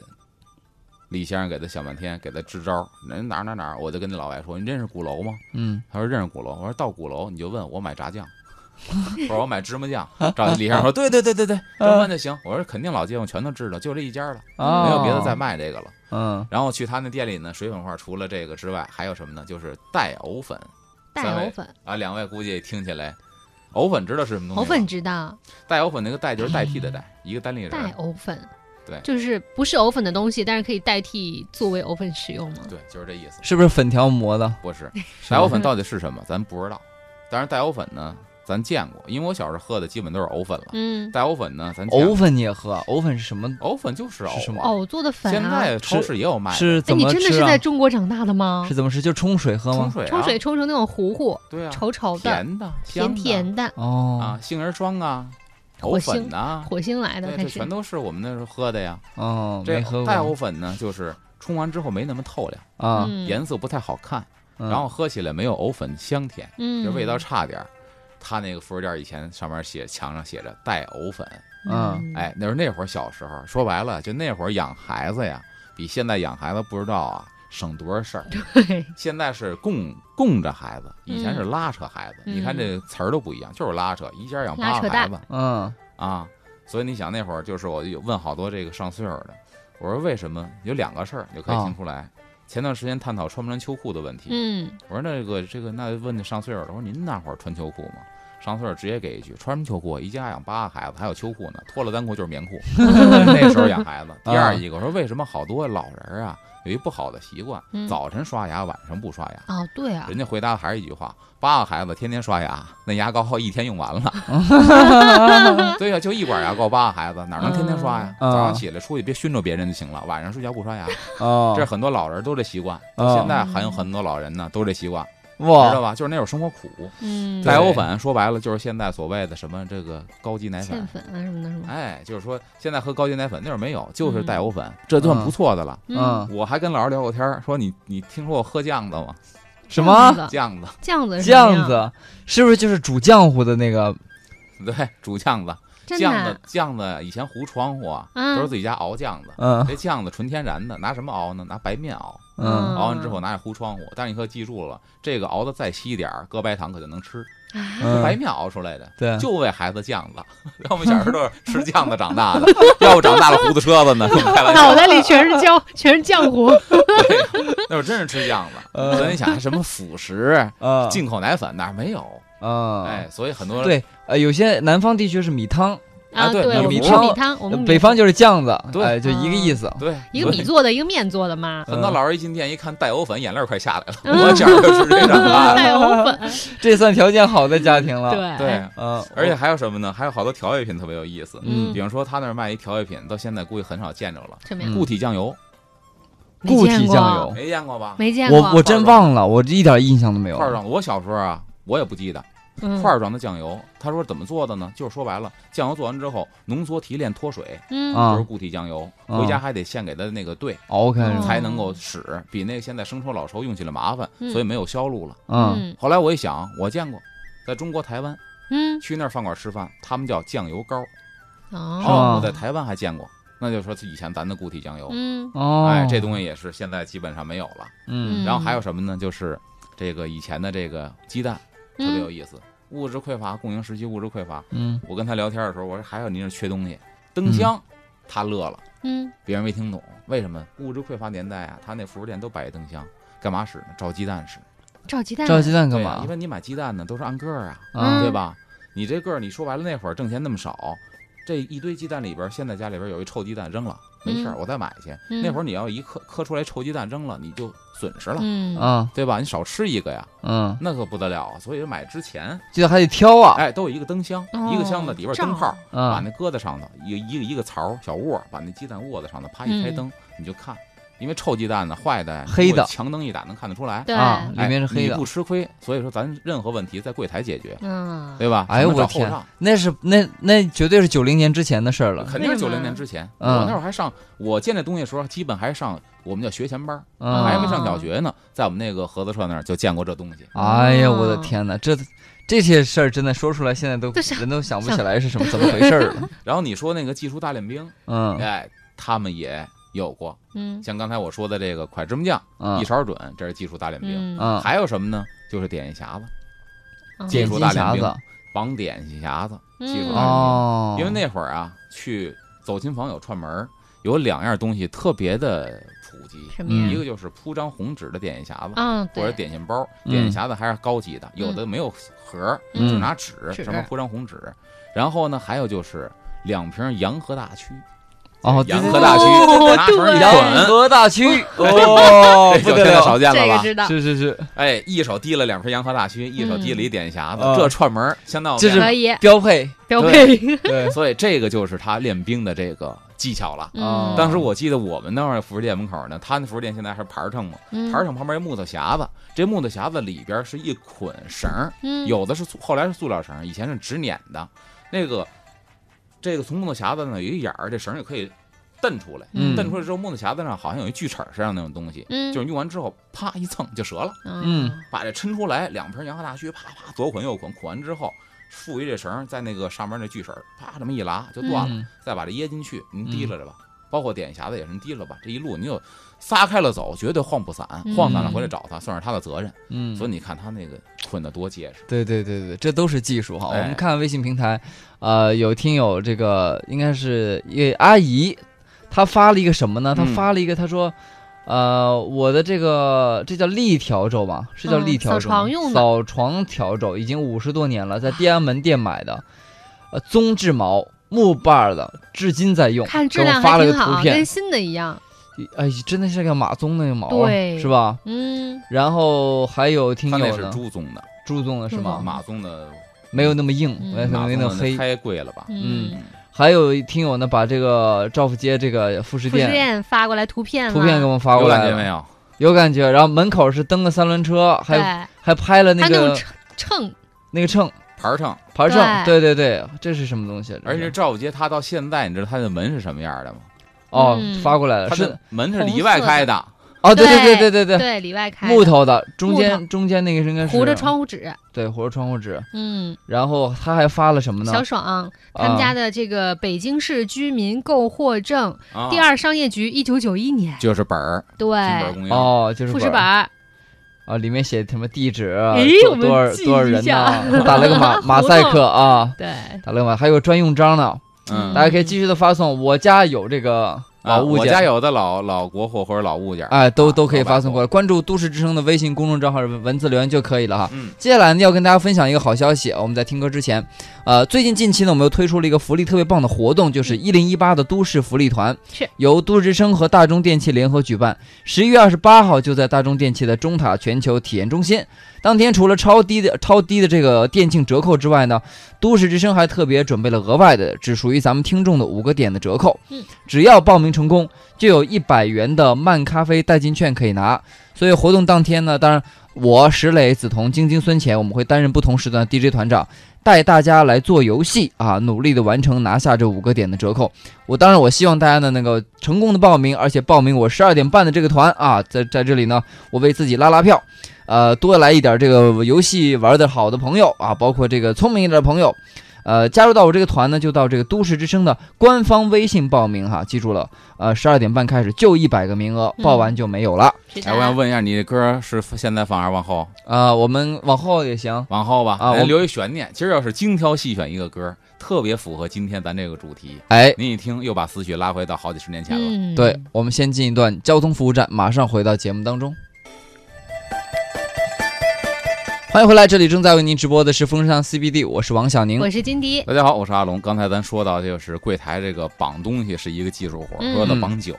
李先生给他想半天，给他支招，人哪儿哪儿哪儿，我就跟那老外说：“你认识鼓楼吗
嗯？”
他说：“认识鼓楼。”我说：“到鼓楼你就问我买炸酱， 我说我买芝麻酱。”找李先生说：“对对对对对，这么问就行。”我说：“肯定老街坊全都知道，就这一家了，
啊
没有别的再卖这个了。”
嗯
然后去他那店里呢，水粉画除了这个之外，还有什么呢？就是带藕粉
带藕粉，
啊。两位估计听起来，藕粉知道是什么东西
藕
吗？
粉知道，
带藕粉那个带就是代替的代，一个单立人。
带藕粉，
对
就是不是藕粉的东西，但是可以代替作为藕粉使用吗？
对，就是这意思。
是不是粉条磨 的？
不是，
是
带藕
吧
粉到底是什么，咱不知道。但是带藕粉呢，咱见过，因为我小时候喝的基本都是藕粉了。
嗯，
带藕粉呢，咱见
藕
过
粉你也喝？藕粉是什么？
藕粉就是藕啊
是什么
藕做的粉
现
啊。
在超市也有卖的，
是
哎，
怎
你
么
真的
吃
是
啊
在？中国长大的吗
是？怎么吃？就冲水喝
冲
吗？
水、啊，
冲水，冲成那种糊糊、
对啊，
稠稠的、
甜的、香
甜
的
甜的，
哦
啊，杏仁霜啊，藕
火星
粉呐、
火星来的
啊对，
开
这
始
全。都是我们那时候喝的呀。
哦，
这
没喝
带
过
藕粉呢，就是冲完之后没那么透亮，
啊。嗯
嗯
颜色不太好看，
然
然后喝起来没有藕粉香甜。
嗯，
就味道差点儿。他那个服饰店以前上面写墙上写着带藕粉，
嗯，
哎，那是那会儿小时候，说白了就那会儿养孩子呀，比现在养孩子不知道啊省多少事儿。
对，
现在是供供着孩子，以前是拉扯孩子，
嗯
你看这词儿都不一样，就是拉扯，一家养八
拉扯
个
大
孩子
嗯
啊。所以你想那
哦
会儿就是我有问好多这个上岁数的，我说为什么有两个事儿你就可以
啊
听出来，前段时间探讨穿不穿秋裤的问题，
嗯，
我说那个这个，那问那上岁数了，我说您那会儿穿秋裤吗？上岁数直接给一句穿什么秋裤啊？一家养八个孩子，还有秋裤呢，脱了单裤就是 棉裤。那时候养孩子。第
啊
二一个，我说为什么好多老人啊有一不好的习惯，
嗯
早晨刷牙，晚上不刷牙？
哦，对啊，
人家回答的还是一句话：八个孩子天天刷牙，那牙膏 一天用完了。 对呀、就一管牙膏，八个孩子哪能天天刷呀？
嗯
早上起来出去别熏着别人就行了，晚上睡觉不刷牙，
哦
这，很多老人都这习惯。
哦
现在还有很多老人呢都这习惯，知道
哇，
吧？就是那会儿生活苦，
嗯，
对
奶油粉说白了就是现在所谓的什么这个高级奶
芡
粉。
粉啊什么的，是吗？
哎，就是说现在喝高级奶粉那会儿没有，就是带油粉，嗯这算不错的了。
嗯，
我还跟老师聊过天儿，说你你听说过喝酱子吗？
什么
酱子，
酱子？
酱，子？是不是就是煮浆糊的那个？
对，煮酱子，
真的
酱
啊
子，酱子以前糊窗户啊，
嗯
都是自己家熬酱子。
嗯
这酱子纯天然的，拿什么熬呢？拿白面熬，
嗯
嗯
熬完之后拿去糊窗户。但是你可记住了，这个熬的再稀一点儿，搁白糖可就能吃。
啊
嗯，
白面熬出来的，
对，
就喂孩子酱 子。然后我们小时候都是吃酱子长大 的，要不长大了胡子车子 呢？开玩
脑
笑，
袋里全是酱，全是浆糊，
那会儿真是吃酱子。
嗯
所以你想什么辅食、
啊，
进口奶粉哪儿没有？
啊，
哎，所以很多
对，呃，有些南方地区是米汤，
啊对
对，我
米
们
米
吃
汤呃
米汤，我们米
北方就是酱子，
对
哎，就一个意思。
对嗯
一个米做的，一个面做的嘛，
很多老人一进店一看带油粉，眼泪儿快下来了。
嗯
我小时候就吃这长大 的。
带油粉，
这算条件好的家庭了。，
对
对，，
嗯，
而且还有什么呢？还有好多调味品特别有意思。
嗯
比方说他那儿卖一调味品，到现在估计很少见着了，
什么呀？
固体酱油，
没
固
见
体
过
酱油，
嗯没见过吧？
没见过，
我我真忘了，我一点印象都没有。
块儿状的，我小时候啊，我也不记得
嗯
块儿状的酱油。他说怎么做的呢？就是说白了，酱油做完之后浓缩提炼脱水，
嗯，
啊
就是固体酱油，
啊
嗯
回家还得现给他那个兑，
熬开是
哦
吧？
才能够使，比那个现在生抽老抽用起来麻烦，
嗯
所以没有销路了。
嗯，
后来我一想，我见过，在中国台湾
嗯，
去那儿饭馆吃饭，他们叫酱油膏，
是吗
哦，
我在台湾还见过，那就说以前咱的固体酱油。
嗯
哦，
哎，这东西也是现在基本上没有了。
嗯，
然后还有什么呢？就是这个以前的这个鸡蛋特别有
嗯，
意思，物质匮乏，供应时期物质匮乏。
嗯
我跟他聊天的时候，我说还有您是缺东西，灯箱，他乐了，
嗯
别人没听懂，为什么？物质匮乏年代啊，他那服饰店都摆灯箱，干嘛使呢？照鸡蛋使。
照鸡蛋，
照鸡蛋干
对啊
嘛
因？为你买鸡蛋呢都是按个儿啊，
嗯
啊
对吧？你这个儿，你说白了那会儿挣钱那么少，这一堆鸡蛋里边儿，现在家里边儿有一臭鸡蛋扔了，没事儿，
嗯
我再买去。
嗯
那会儿你要一颗颗出来臭鸡蛋扔了，你就损失了，
嗯
嗯
对吧？你少吃一个呀，
嗯，
那可不得了。啊所以买之前，
记得还得挑啊。
哎，都有一个灯箱，
哦
一个箱子里边儿灯泡
照，
把
嗯
那搁在上头，一个一个一个槽儿小窝，把那鸡蛋窝在上头，啪一开灯、你就看，因为臭鸡蛋呢坏的
嗯黑的
如果强灯一打能看得出来，
对，
啊里
哎
面是黑
你
的
不吃亏。所以说咱任何问题在柜台解决，
嗯，
对吧？
哎
什么
我
找后
天
账
那是那那绝对是九零年之前的事儿了。
肯定是
为什
九
么啊
零年之前，
嗯
我那会儿还上，我见这东西的时候，基本还上我们叫学前班，
嗯，
还没上小学呢，在我们那个合作社那儿就见过这东西。
哎呀，我的天
哦
哪，这这些事儿真的说出来，现在 都
都想
人都想不起来是什么怎么回事儿了。
然后你说那个技术大练兵，
嗯
哎，他们也有过，
嗯
像刚才我说的这个蒯芝麻酱
嗯
一勺准，这是技术大练兵。
嗯
嗯，
还有什么呢？就是点心匣子，
嗯
技
点
术
金
大练
匣
兵
子
绑点心匣子，技术
嗯
大
哦，
因为那会儿啊，去走亲访友串门儿，有两样东西特别的普及，
什么呀
一个就是铺张红纸的点心匣子，
嗯，
或者
对，
点心包，
嗯
点心匣子还是高级的，有的没有盒儿，
嗯
就拿纸，
纸
什么铺张红纸。然后呢，还有就是两瓶洋河大曲，
哦，
洋
对
河大曲
哦
拿绳儿一
对
洋
捆，
河大曲哦 不
这，就
得
现在
了，
少见
这
了
个
吧？
知道，
是是是，
哎，一手提了两瓶洋河大曲，一手提了一点心匣
嗯
子，这串门儿相当有
这是
面子
可以
标配，
标配，
对，
所以这个就是他练兵的这个技巧了。
啊
嗯
当时我记得我们那儿服饰店门口呢，他那服饰店现在还是牌儿秤嘛，
嗯
牌儿秤旁边一木头匣子，这木头匣子里边是一捆绳儿，
嗯
有的是塑，后来是塑料绳，以前是纸捻的。那个这个从木头匣子呢有一眼儿，这绳儿也可以蹬出来。
嗯
蹬出来之后，木头匣子上好像有一锯齿儿似的那种东西，
嗯
就是用完之后啪一蹭就折了。
嗯
把这抻出来，两瓶洋河大曲，啪啪左捆右捆，捆完之后附一这绳儿，在那个上面那锯齿儿啪这么一拉就断了，
嗯
再把这掖进去，您提拉着吧。包括点匣子也是您提拉吧，这一路您就撒开了走，绝对晃不散，晃散了回来找他，算是他的责任。
嗯
所以你看他那个捆得多结实。
对对对对，这都是技术哈。
哎
我们看微信平台，呃，有听友这个应该是一位阿姨，她发了一个什么呢？她
嗯
发了一个，她说，呃，我的这个这叫立条帚吧，是叫
嗯
立条
扫
帚吗、
床用的
扫床条帚已经五十多年了，在天安门店买的，呃，棕质毛木把儿的，至今在用。
看质
给我
量
发
还
了个
挺
图
好，跟
片，
新的一样。
哎，真的是个马鬃那个毛啊，
对
是吧？
嗯，
然后还有听
他那
友
是
呢，
朱棕的，
猪鬃的是
猪
吗
鬃？
马鬃的
没有那么硬，
嗯
没有
马鬃
那
的
么黑
那。太贵了吧？
嗯
嗯，
还有听友呢，把这个赵府街这个副食
副食
店
店发过来图片了，
图片给我们发
有
过
感
来
觉没
了，
有？
有感觉。然后门口是蹬个三轮车，
对，
还还拍了那
还弄
个
秤秤，
那个秤
牌儿秤，
牌秤，对
对
对对，这是什么东西？这是
而且赵府街它到现在，你知道它的门是什么样的吗？
哦
嗯
发过来了，
它
是
的门是里外开的，
哦，对对对
对
对对对，
对，里外开的
木头的，中
木
间中间那个是应该是
糊着，窗户纸。
对，糊着窗户纸。
嗯，
然后他还发了什么呢？
小爽他们
啊
家的这个北京市居民购货证，
啊
第二商哎业局一九九一年，
就是本儿，金本儿
对，
供应。
哦，就是
副食
本儿
板儿，
啊，里面写什么地址啊，
诶
多
我们
多少
记
多少
一
人呢
下
啊？打了个马马赛克啊，
对，
打了个马，还有专用章呢。
嗯，
大家可以继续的发送，我家有这个
啊，
物
我
件，
家有的老老国货或者老物件儿，
哎，都
啊
都可以
老百
发送
货
过来，关注都市之声的微信公众账号文文字留言就可以了哈。
嗯，
接下来呢，要跟大家分享一个好消息。啊我们在听歌之前，呃，最近近期呢，我们又推出了一个福利特别棒的活动，就是一零一八的都市福利团，
是
由都市之声和大中电器联合举办，十一月二十八号就在大中电器的中塔全球体验中心。当天除了超低的超低的这个店庆折扣之外呢，都市之声还特别准备了额外的，只属于咱们听众的五个点的折扣。
嗯，
只要报名成功，就有一百元的漫咖啡代金券可以拿。所以活动当天呢，当然我石磊、梓潼、晶晶、孙乾，我们会担任不同时段的 DJ 团长，带大家来做游戏啊，努力的完成拿下这五个点的折扣。我当然我希望大家呢能够成功的报名，而且报名我十二点半的这个团啊，在在这里呢，我为自己拉拉票。呃，多来一点这个游戏玩的好的朋友啊，包括这个聪明一点的朋友，呃，加入到我这个团呢，就到这个都市之声的官方微信报名哈，记住了，呃，十二点半开始就一百个名额，报完就没有了。
是
哎，我想
的，
问一下，你这歌是现在放还是往后？
啊、我们往后也行。
往后吧，
啊
咱
我
留一悬念。今儿要是精挑细选一个歌，特别符合今天咱这个主题，
哎，
您一听又把思绪拉回到好几十年前了。
嗯，
对，我们先进一段交通服务站，马上回到节目当中。欢迎回来，这里正在为您直播的是风尚 CBD，我是王小宁
我。是金迪，
大家好，我是阿龙。刚才咱说到就是柜台这个绑东西是一个技术活，
嗯
说到绑酒，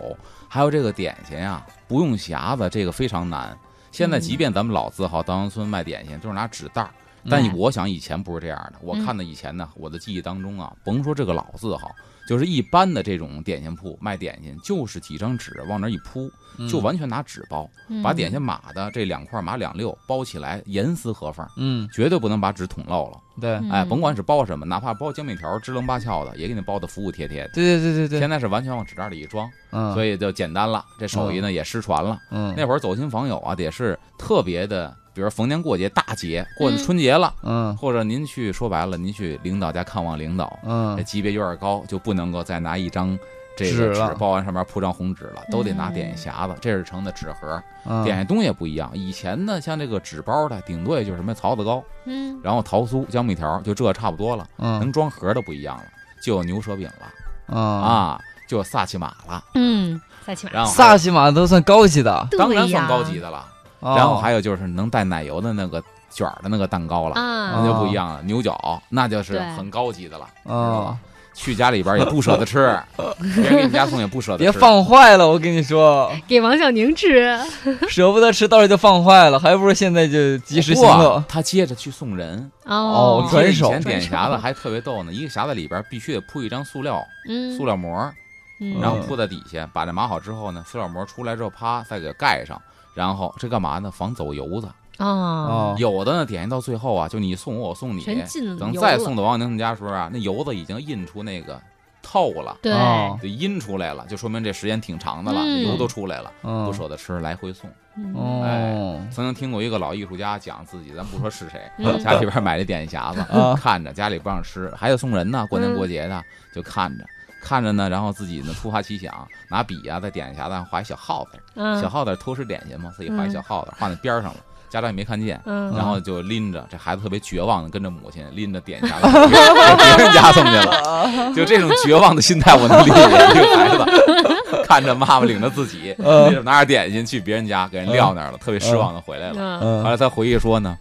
还有这个点心啊，不用匣子这个非常难。现在
嗯
即便咱们老字号稻香村卖点心，都是拿纸袋儿。但
嗯
我想以前不是这样的。我
嗯
看的以前呢，我的记忆当中啊，甭说这个老字号，就是一般的这种点心铺卖点心，就是几张纸往那儿一铺，就完全拿纸包，
嗯
把点心码的这两块码两六包起来，严丝合缝，
嗯，
绝对不能把纸捅漏了。
嗯，对，
嗯，
哎，甭管是包什么，哪怕包江面条支棱八翘的，也给你包的服服帖帖的。
对对对对
现
对，
在是完全往纸袋里一装，
嗯，
所
以
以就简单了。这手艺呢也失传了。
嗯，
那会儿走亲访友啊，得是特别的，比如逢年过节、大节，过
嗯
春节了，
嗯
或者您去说白了，您去领导家看望领导，这
嗯，
级别有点高，就不能够再拿一张这
纸
个纸
了
包完上面铺张红纸了，都得拿
嗯
点心匣子，这是成的纸盒。
嗯
点心东西也不一样，以前呢，像这个纸包的，顶多也就是什么槽子糕，
嗯，
然后桃酥、江米条，就这差不多了。
嗯
能装盒的不一样了，就有牛舌饼了
嗯，
啊，就有萨其马了，
嗯，萨琪玛，
然后还
萨琪玛都算高级的，
当然
对
算
呀
高级的了。
哦
然后还有就是能带奶油的那个卷儿的那个蛋糕
哦
了，那
啊，
就不一样了。牛角那就是
对
很高级的了，嗯
哦，
去家里边儿也不舍得吃，别人给你家送也不舍得吃。
别放坏了，我跟你 说，
给王小宁吃，
舍不得吃，到时候就放坏了，还不如现在就及时行
不
乐。
他接着去送人，
哦转
以
手
前点匣
转
子
手
还特别逗呢，一个匣子里边儿必须得铺一张塑料
嗯
塑料膜儿，
嗯
然后铺在底下，把这码好之后呢，塑料膜出来之后，啪再给盖上，然后这干嘛呢？防走油子。
哦，
哦，
有的呢，点心到最后啊，就你送我，我送你，
全进了
等
油
再
了
送到王宁他们家的时候啊，那油子已经印出那个透了，
对，
哦
就印出来了，就说明这时间挺长的了，
嗯
油都出来了，
嗯
不舍得吃，来回送。
嗯
哦，
曾经听过一个老艺术家讲自己，咱不说是谁，啊
嗯
家里边买了点匣
啊
子，看着家里不让吃，还得送人呢，过年过节的就看着。看着呢，然后自己呢突发奇想，拿笔啊在点匣子上画一小耗子，
嗯
小耗子偷吃点心嘛，自己画一小耗子，画那边儿上了，家长也没看见，
嗯，
然后就拎着这孩子特别绝望的跟着母亲拎着点匣子 给别人家送去了，就这种绝望的心态我能理解。这个孩子看着妈妈领着自己，
嗯
拿着点心去别人家给人撂那儿了，特别失望的回来了。
嗯
后
嗯
来他回忆说呢，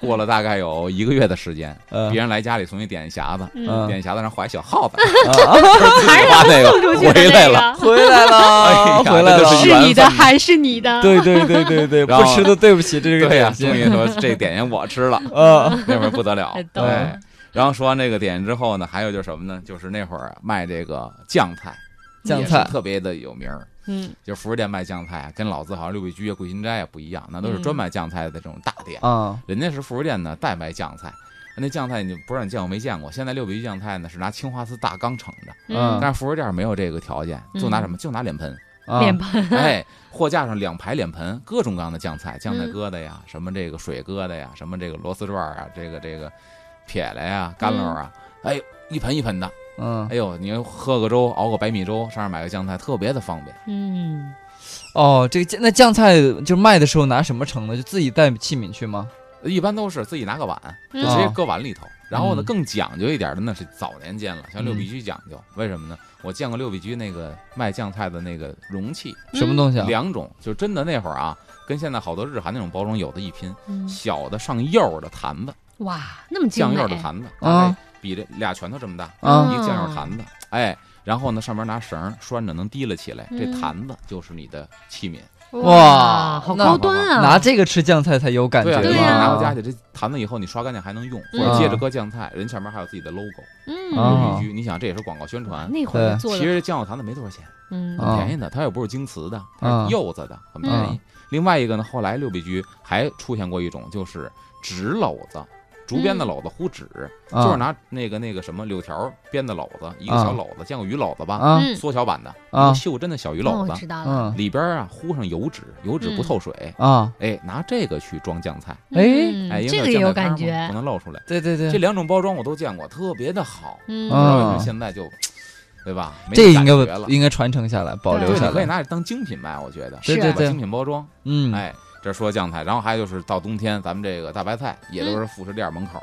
过了大概有一个月的时间，
嗯
别人来家里重新点一匣子，
嗯
点一匣子上画一小耗子，
啊
自己画那
送出去
个
的
回来了。
那个
回来了，
哎呀
回来
这就是
了。
是你
缘
的
分
还是你的？
对对对对对，
然后
不吃的对不起，这是个
对呀，
点
终
心。
于说这点心我吃了，
啊，
那会儿不得了
太。逗了
对，然后说完这个点心之后呢，还有就是什么呢？就是那会儿卖这个酱菜，
酱
也是
菜
特别的有名儿。
嗯
就福食店卖酱菜，跟老字号六必居啊、桂新斋啊不一样，那都是
嗯
专卖酱菜的这种大店。
啊，
人家是福食店呢，代卖酱菜。那酱菜你不知道你见过没见过？现在六必居酱菜呢是拿青花瓷大缸盛着，
嗯
但是福食店没有这个条件，就拿什么？就拿脸盆。
啊
脸盆，
哎，货架上两排脸盆，各种各样的酱菜，酱菜
嗯
疙瘩呀，什么这个水疙瘩呀，什么这个螺丝转儿啊，这个这个撇来呀，干捞啊，哎，一盆一盆的，
嗯
哎呦，你喝个粥，熬个白米粥，上面买个酱菜，特别的方便。
嗯，
哦，这个酱那酱菜就是卖的时候拿什么盛的？就自己带器皿去吗？
一般都是自己拿个碗，就
嗯
直接搁碗里头。然后呢，
啊嗯
更讲究一点的那是早年间了，像六必居讲究，为什么呢？我见过六必居那个卖酱菜的那个容器，
什么东西啊？
两种，就真的那会儿啊，跟现在好多日韩那种包装有的一拼，
嗯
小的上釉儿的坛子。
哇，那么精
酱
美
油的坛子，
啊
哎，比这俩拳头这么大，
啊
一个酱油坛子，哎，然后呢上面拿绳儿拴着能提了起来，这
嗯
坛子就是你的器皿，
哇
好
那
高端啊！
拿这个吃酱菜才有感觉
对
吧？
啊，
对
你可以
呀
拿回家去，这坛子以后你刷干净还能用，
嗯
或者接着搁酱菜，人前面还有自己的 logo，
嗯
啊
绿须你想这也是广告宣传。
那会儿做
其
的，
实酱油坛子没多少钱，
嗯
啊
很便宜的，它又不是京瓷的，它
嗯
是釉子的，很便宜。嗯另外一个呢，后来六必居还出现过一种，就是纸篓子，竹编的
嗯
篓子糊纸，
啊
就是拿那个那个什么柳条编的篓子，一个
啊
小篓子，见过鱼篓子吧？
啊
嗯
缩小版的，一
啊
个袖珍的小鱼
哦
篓
我
子，
知道了，
嗯
里边啊糊上油纸，油纸不
嗯
透水，
啊，
哎，拿这个去装酱菜，
哎
嗯
哎，因为
这
有
个也
酱
有
菜
感
汤嘛不
觉，
能露出来。
对对
这
对，
两种包装我都见过，特别的好，
嗯
不知道
啊
为什么现在就，对吧？没
这
感
应该
觉了，
应该传承下来，保留
嗯对，
下
你可以
来。
拿着当精品卖，我觉得，
对
是
对
把
对
精，品包装，
嗯，
哎。这说酱菜，然后还有就是到冬天，咱们这个大白菜也都是副食店门口，基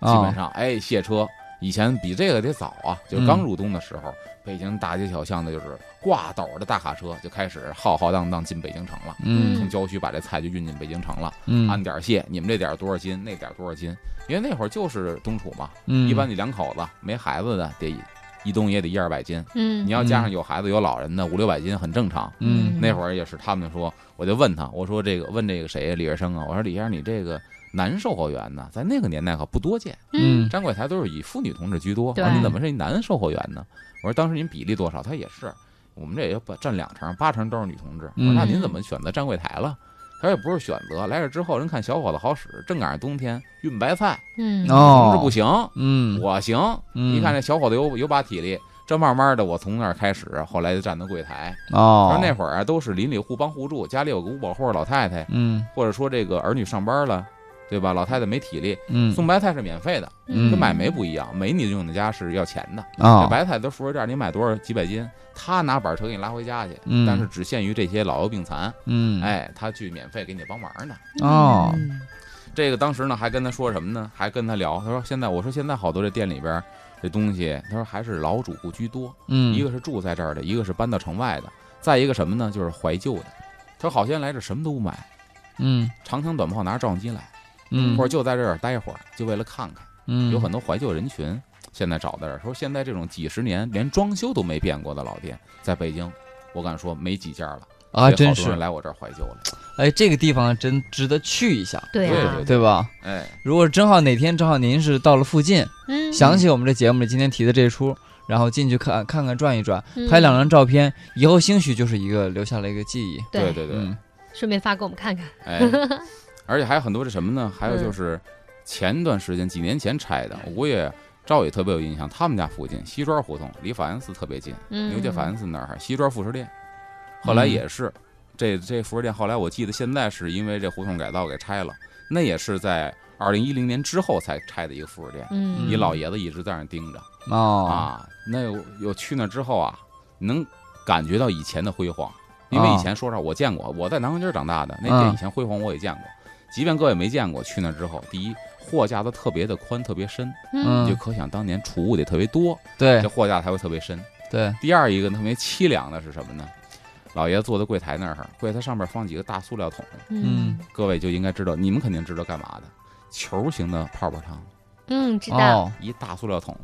本
啊
上哎卸车，以前比这个得早啊，就是
嗯
刚入冬的时候，北京大街小巷的就是挂斗的大卡车就开始浩浩荡荡进北京城了，
嗯
从郊区把这菜就运进北京城了，按
嗯
点儿卸，你们这点儿多少斤，那点儿多少斤，因为那会儿就是冬储嘛，
嗯，
一般你两口子没孩子的得一冬也得一二百斤，
嗯
你要加上有孩子有老人的五六百斤很正常。
嗯
那会儿也是他们说，我就问他，我说这个问这个谁李月生啊，我说李先生你这个男售货员呢，在那个年代可不多见。
嗯
站柜台都是以妇女同志居多。我
对
说您怎么是一男售货员呢？我说当时您比例多少？他也是，我们这也不占两成，八成都是女同志。我说
嗯
那您怎么选择站柜台了？他说也不是选择，来这之后人看小伙子好使，正赶上冬天运白菜，
嗯
哦
同志不行，
嗯
我行。
嗯
一看这小伙子有有把体力。这慢慢的，我从那儿开始，后来就站到柜台。然
哦
后，那会儿啊，都是邻里互帮互助，家里有个五保户老太太，
嗯
或者说这个儿女上班了，对吧？老太太没体力，
嗯
送白菜是免费的，
嗯
跟买煤不一样，煤你用你家是要钱的，这
啊
白菜都熟食店你买多少几百斤，他拿板车给你拉回家去，
嗯
但是只限于这些老弱病残，
嗯
哎，他去免费给你帮忙呢。
嗯
哦
这个当时呢还跟他说什么呢？还跟他聊，他说现在我说现在好多这店里边儿这东西，他说还是老主顾居多，
嗯
一个是住在这儿的，一个是搬到城外的，再一个什么呢？就是怀旧的。他说好些人来这儿什么都不买，
嗯
长枪短炮拿着照相机来，
嗯
或者就在这儿待会儿，就为了看看。
嗯
有很多怀旧人群现在找在这儿，说现在这种几十年连装修都没变过的老店，在北京，我敢说没几家了。
啊，
所以好多
真
人
是
来我这儿怀旧了。
哎，这个地方真值得去一下，
对
对
啊
对，
对吧？
哎，
如果正好哪天正好您是到了附近，
嗯
想起我们这节目里今天提的这一出，然后进去看看看转一转，
嗯
拍两张照片，以后兴许就是一个留下了一个记忆。
对
对，
对对，
嗯
顺便发给我们看看，
哎，而且还有很多是什么呢？还有就是前段时间几年前拆的，我估计赵也特别有印象，他们家附近西庄胡同离法源寺特别近，
嗯，
牛街法源寺那儿西庄副食店，后
嗯
来也是这这副食店，后来我记得现在是因为这胡同改造给拆了，那也是在二零一零年之后才拆的一个副食店。
嗯，
一老爷子一直在那儿盯着
哦
啊。那有有去那之后啊，能感觉到以前的辉煌，因为以前说实话我见过，我在南城街长大的，那
啊
店以前辉煌我也见过。即便各位没见过，去那之后，第一货架子特别的宽，特别深，
嗯
你就可想当年储物得特别多，
对
这货架才会特别深。
对，
第二一个特别凄凉的是什么呢？老爷坐在柜台那儿，柜台上面放几个大塑料桶，
嗯
各位就应该知道，你们肯定知道干嘛的，球形的泡泡糖，
嗯，知道
哦
一大塑料桶，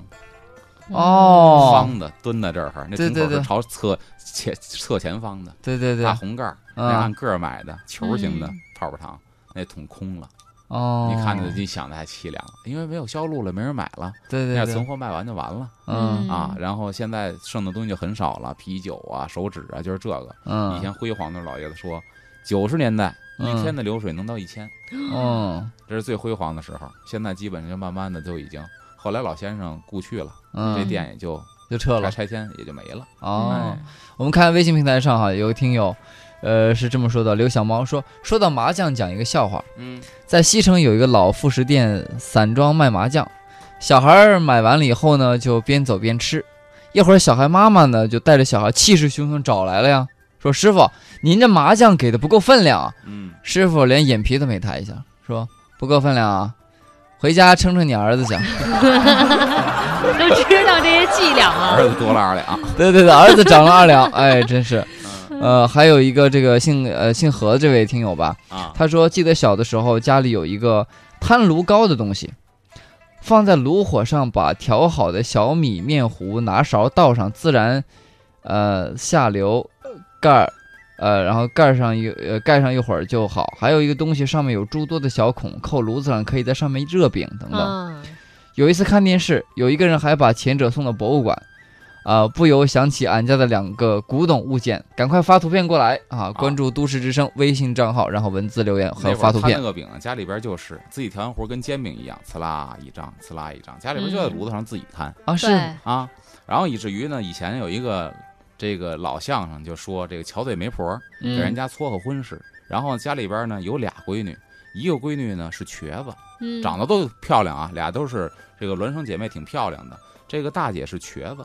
嗯
哦，
方的蹲在这儿，那
对
桶
对
口
对
是朝侧前侧前方的，
对对对
大，红盖儿，啊那
嗯
按个儿买的球形的
嗯
泡泡糖，那桶空了，
哦，
你看着你想的还凄凉，因为没有销路了，没人买了，
对
那
对
样
对
存，货卖完就完了
嗯
啊。然后现在剩的东西就很少了，啤酒啊、手指啊，就是这个。
嗯，
以前辉煌的老爷子说，九十年代一
嗯
天的流水能到一千，
嗯
这是最辉煌的时候。现在基本上慢慢的就已经，后来老先生故去了，这
嗯，
店也就
就撤
该
了
拆迁也就没了。
哦
哎。
我们看微信平台上哈，有个听友，呃，是这么说的：刘小猫说，说到麻将，讲一个笑话。
嗯，
在西城有一个老副食店，散装卖麻将，小孩儿买完了以后呢，就边走边吃。一会儿，小孩妈妈呢就带着小孩气势汹汹找来了呀，说：“师傅，您这麻将给的不够分量。”啊
嗯，！”
师傅连眼皮都没抬一下，说：“不够分量啊，回家称称你儿子去。”
都知道这些伎俩
儿
了。
子多了二两。
对对对，儿子长了二两，哎，真是。
嗯
呃，还有一个这个姓呃姓何的这位听友吧，
啊，
他说，记得小的时候家里有一个摊炉膏的东西，放在炉火上，把调好的小米面糊拿勺倒上，自然，呃，下流呃盖儿，呃，然后盖上一呃盖上一会儿就好。还有一个东西上面有诸多的小孔，扣炉子上可以在上面热饼等等。
嗯，
有一次看电视，有一个人还把前者送到博物馆，啊、不由想起俺家的两个古董物件，赶快发图片过来啊！关注都市之声微信账号，然后文字留言和
那会儿
发图
摊
片
那。个饼啊，家里边就是自己调完糊跟煎饼一样，呲啦一张，呲啦一张，家里边就在炉子上自己摊
啊，是
对，
啊。然后以至于呢，以前有一个这个老相声就说，这个乔对媒婆给
嗯
人家撮合婚事，然后家里边呢有俩闺女，一个闺女呢是瘸子，
嗯
长得都漂亮啊，俩都是这个孪生姐妹，挺漂亮的。这个大姐是瘸子，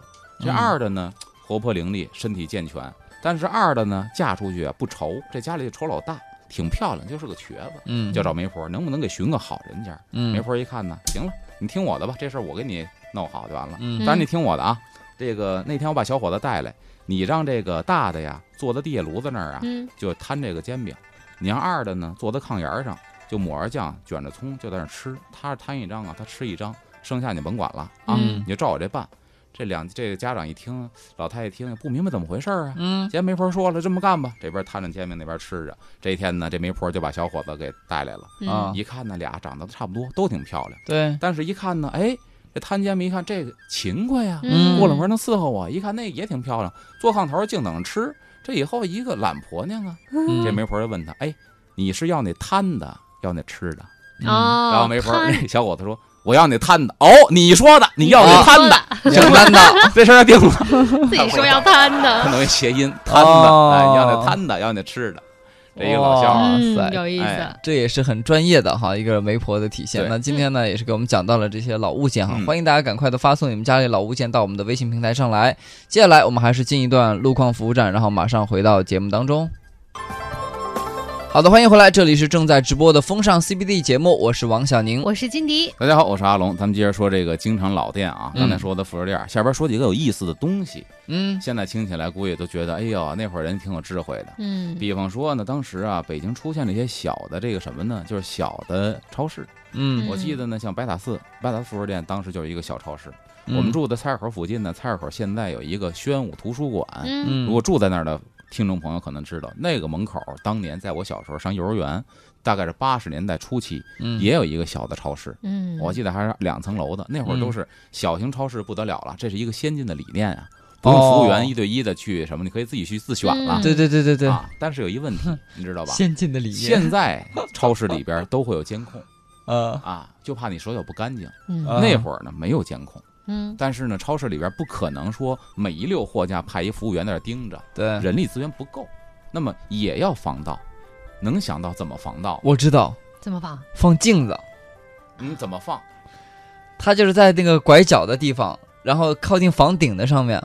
嗯
这二的呢活泼伶俐，身体健全，但是二的呢嫁出去啊不愁，这家里就愁老大，挺漂亮，就是个瘸子，
嗯，
就找媒婆，能不能给寻个好人家？媒
嗯
婆一看呢，行了，你听我的吧，这事儿我给你弄好就完了。
嗯
当然你听我的啊，这个那天我把小伙子带来，你让这个大的呀坐在地下炉子那儿啊，
嗯
就摊这个煎饼。你让二的呢，坐在炕沿儿上，就抹着酱，卷着葱，就在那儿吃。他是摊一张啊，他吃一张，剩下你甭管了啊，
嗯
你就照我这办。这两这个家长一听，老太太一听不明白怎么回事儿啊，
嗯
姐媒婆说了这么干吧，这边摊着煎饼，那边吃着。这一天呢，这媒婆就把小伙子给带来了，
啊
嗯
一看呢，俩长得差不多，都挺漂亮，
对，
但是一看呢，哎，这摊煎饼一看这个勤快呀，
嗯
过了门能伺候我，一看那也挺漂亮，坐炕头儿净等着吃。这以后一个懒婆娘啊，
嗯
这媒婆就问他：“哎，你是要那摊的，要那吃的
啊，
哦，？”
嗯然后媒婆
看
那小伙子说：“我要那摊的。”哦，你说的， 你要
哦
那摊的，
的，
简单的，
这事儿就定了。
自己说要摊
可
的，
能谐音，摊的，
哦
哎，要那摊的，要那吃的，这一个老笑话。
哇
嗯
塞，
有意思
哎，
这也是很专业的哈，一个媒婆的体现。
对
那今天呢，也是给我们讲到了这些老物件哈，
嗯
欢迎大家赶快的发送你们家里老物件到我们的微信平台上来。接下来我们还是进一段路况服务站，然后马上回到节目当中。好的，欢迎回来，这里是正在直播的风尚 CBD 节目，我是王小宁。
我是金迪，
大家好，我是阿龙，咱们接着说这个京城老店啊，
嗯
刚才说的副食店儿，下边说几个有意思的东西，
嗯
现在听起来估计都觉得，哎呦，那会儿人挺有智慧的。
嗯
比方说呢，当时啊，北京出现了一些小的这个什么呢，就是小的超市。
嗯，
我记得呢，像白塔寺，白塔寺服饰店当时就是一个小超市。
嗯
我们住的菜市口附近呢，菜市口现在有一个宣武图书馆。
嗯，
嗯
如果住在那儿的听众朋友可能知道，那个门口当年在我小时候上幼儿园，大概是八十年代初期，
嗯
也有一个小的超市。
嗯，
我记得还是两层楼的，那会儿
嗯
都是小型超市不得了了，这是一个先进的理念啊，不用服务
哦
员一对一的去什么，你可以自己去自选了。
嗯
对对对对对，
啊，但是有一问题，你知道吧？
先进的理念，
现在超市里边都会有监控
呃，
啊，就怕你手脚不干净。
啊
嗯
那会儿呢没有监控，
嗯
但是呢，超市里边不可能说每一溜货架派一服务员在那儿盯着，
对，
人力资源不够，那么也要防盗。能想到怎么防盗？
我知道，
怎么放？
放镜子，
嗯，怎么放？
它就是在那个拐角的地方，然后靠近房顶的上面，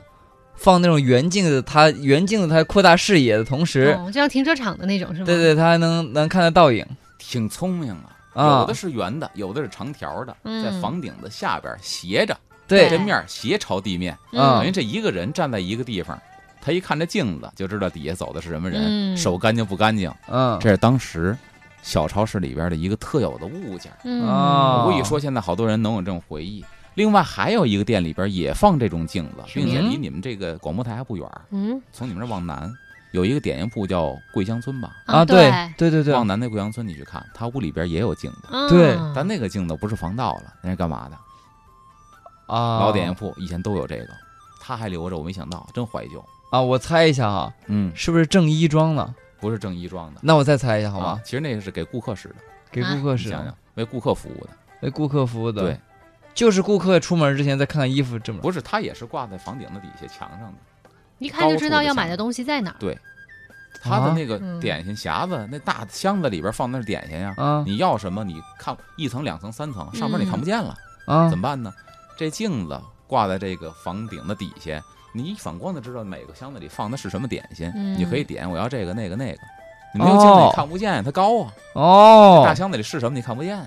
放那种圆镜子，它圆镜子它扩大视野的同时，
哦哦，就像停车场的那种是吗？
对对，它还能能看到倒影。
挺聪明啊。
啊
有的是圆的，有的是长条的，
嗯
在房顶的下边斜着，
对
这
对
面斜朝地面，
嗯
等于这一个人站在一个地方，他一看这镜子就知道底下走的是什么人，
嗯
手干净不干净。
嗯
这是当时小超市里边的一个特有的物件。
嗯
啊
我故意说，现在好多人能有这种回忆。另外还有一个店里边也放这种镜子，
是
并且
吗
离你们这个广播台还不远儿，
嗯
从你们这儿往南有一个点心铺叫桂香村吧，
啊，
哦
嗯
对
对对对对
往，南那桂香村你去看，他屋里边也有镜子，
对
啊
但那个镜子不是防盗了，那是干嘛的？
啊，
老点心铺以前都有这个，他还留着，我没想到，真怀旧。
啊，我猜一下啊，
嗯，
是不是正衣装呢？
不是正衣装的，
那我再猜一下好
啊
吗？
其实那个是给顾客使的，
给顾
啊
客
你
使
想
的，
想，为顾客服务的。
为顾客服务的，
对，，
就是顾客出门之前再看看衣服，这么
不是，它也是挂在房顶的底下墙上的。
一看就知道要买
高处的
的
项
东西在哪儿。
他的
啊
那个
嗯
点心匣子，那大箱子里边放的是点心呀。
啊
你要什么？你看一层、两层、三层，上面你看不见了，
啊
怎么办呢？这镜子挂在这个房顶的底下，你一反光就知道每个箱子里放的是什么点心，
嗯
你可以点我要这个、那个、那个。你没有镜子
哦
你看不见，它高啊，
哦
大，箱子里是什么你看不见。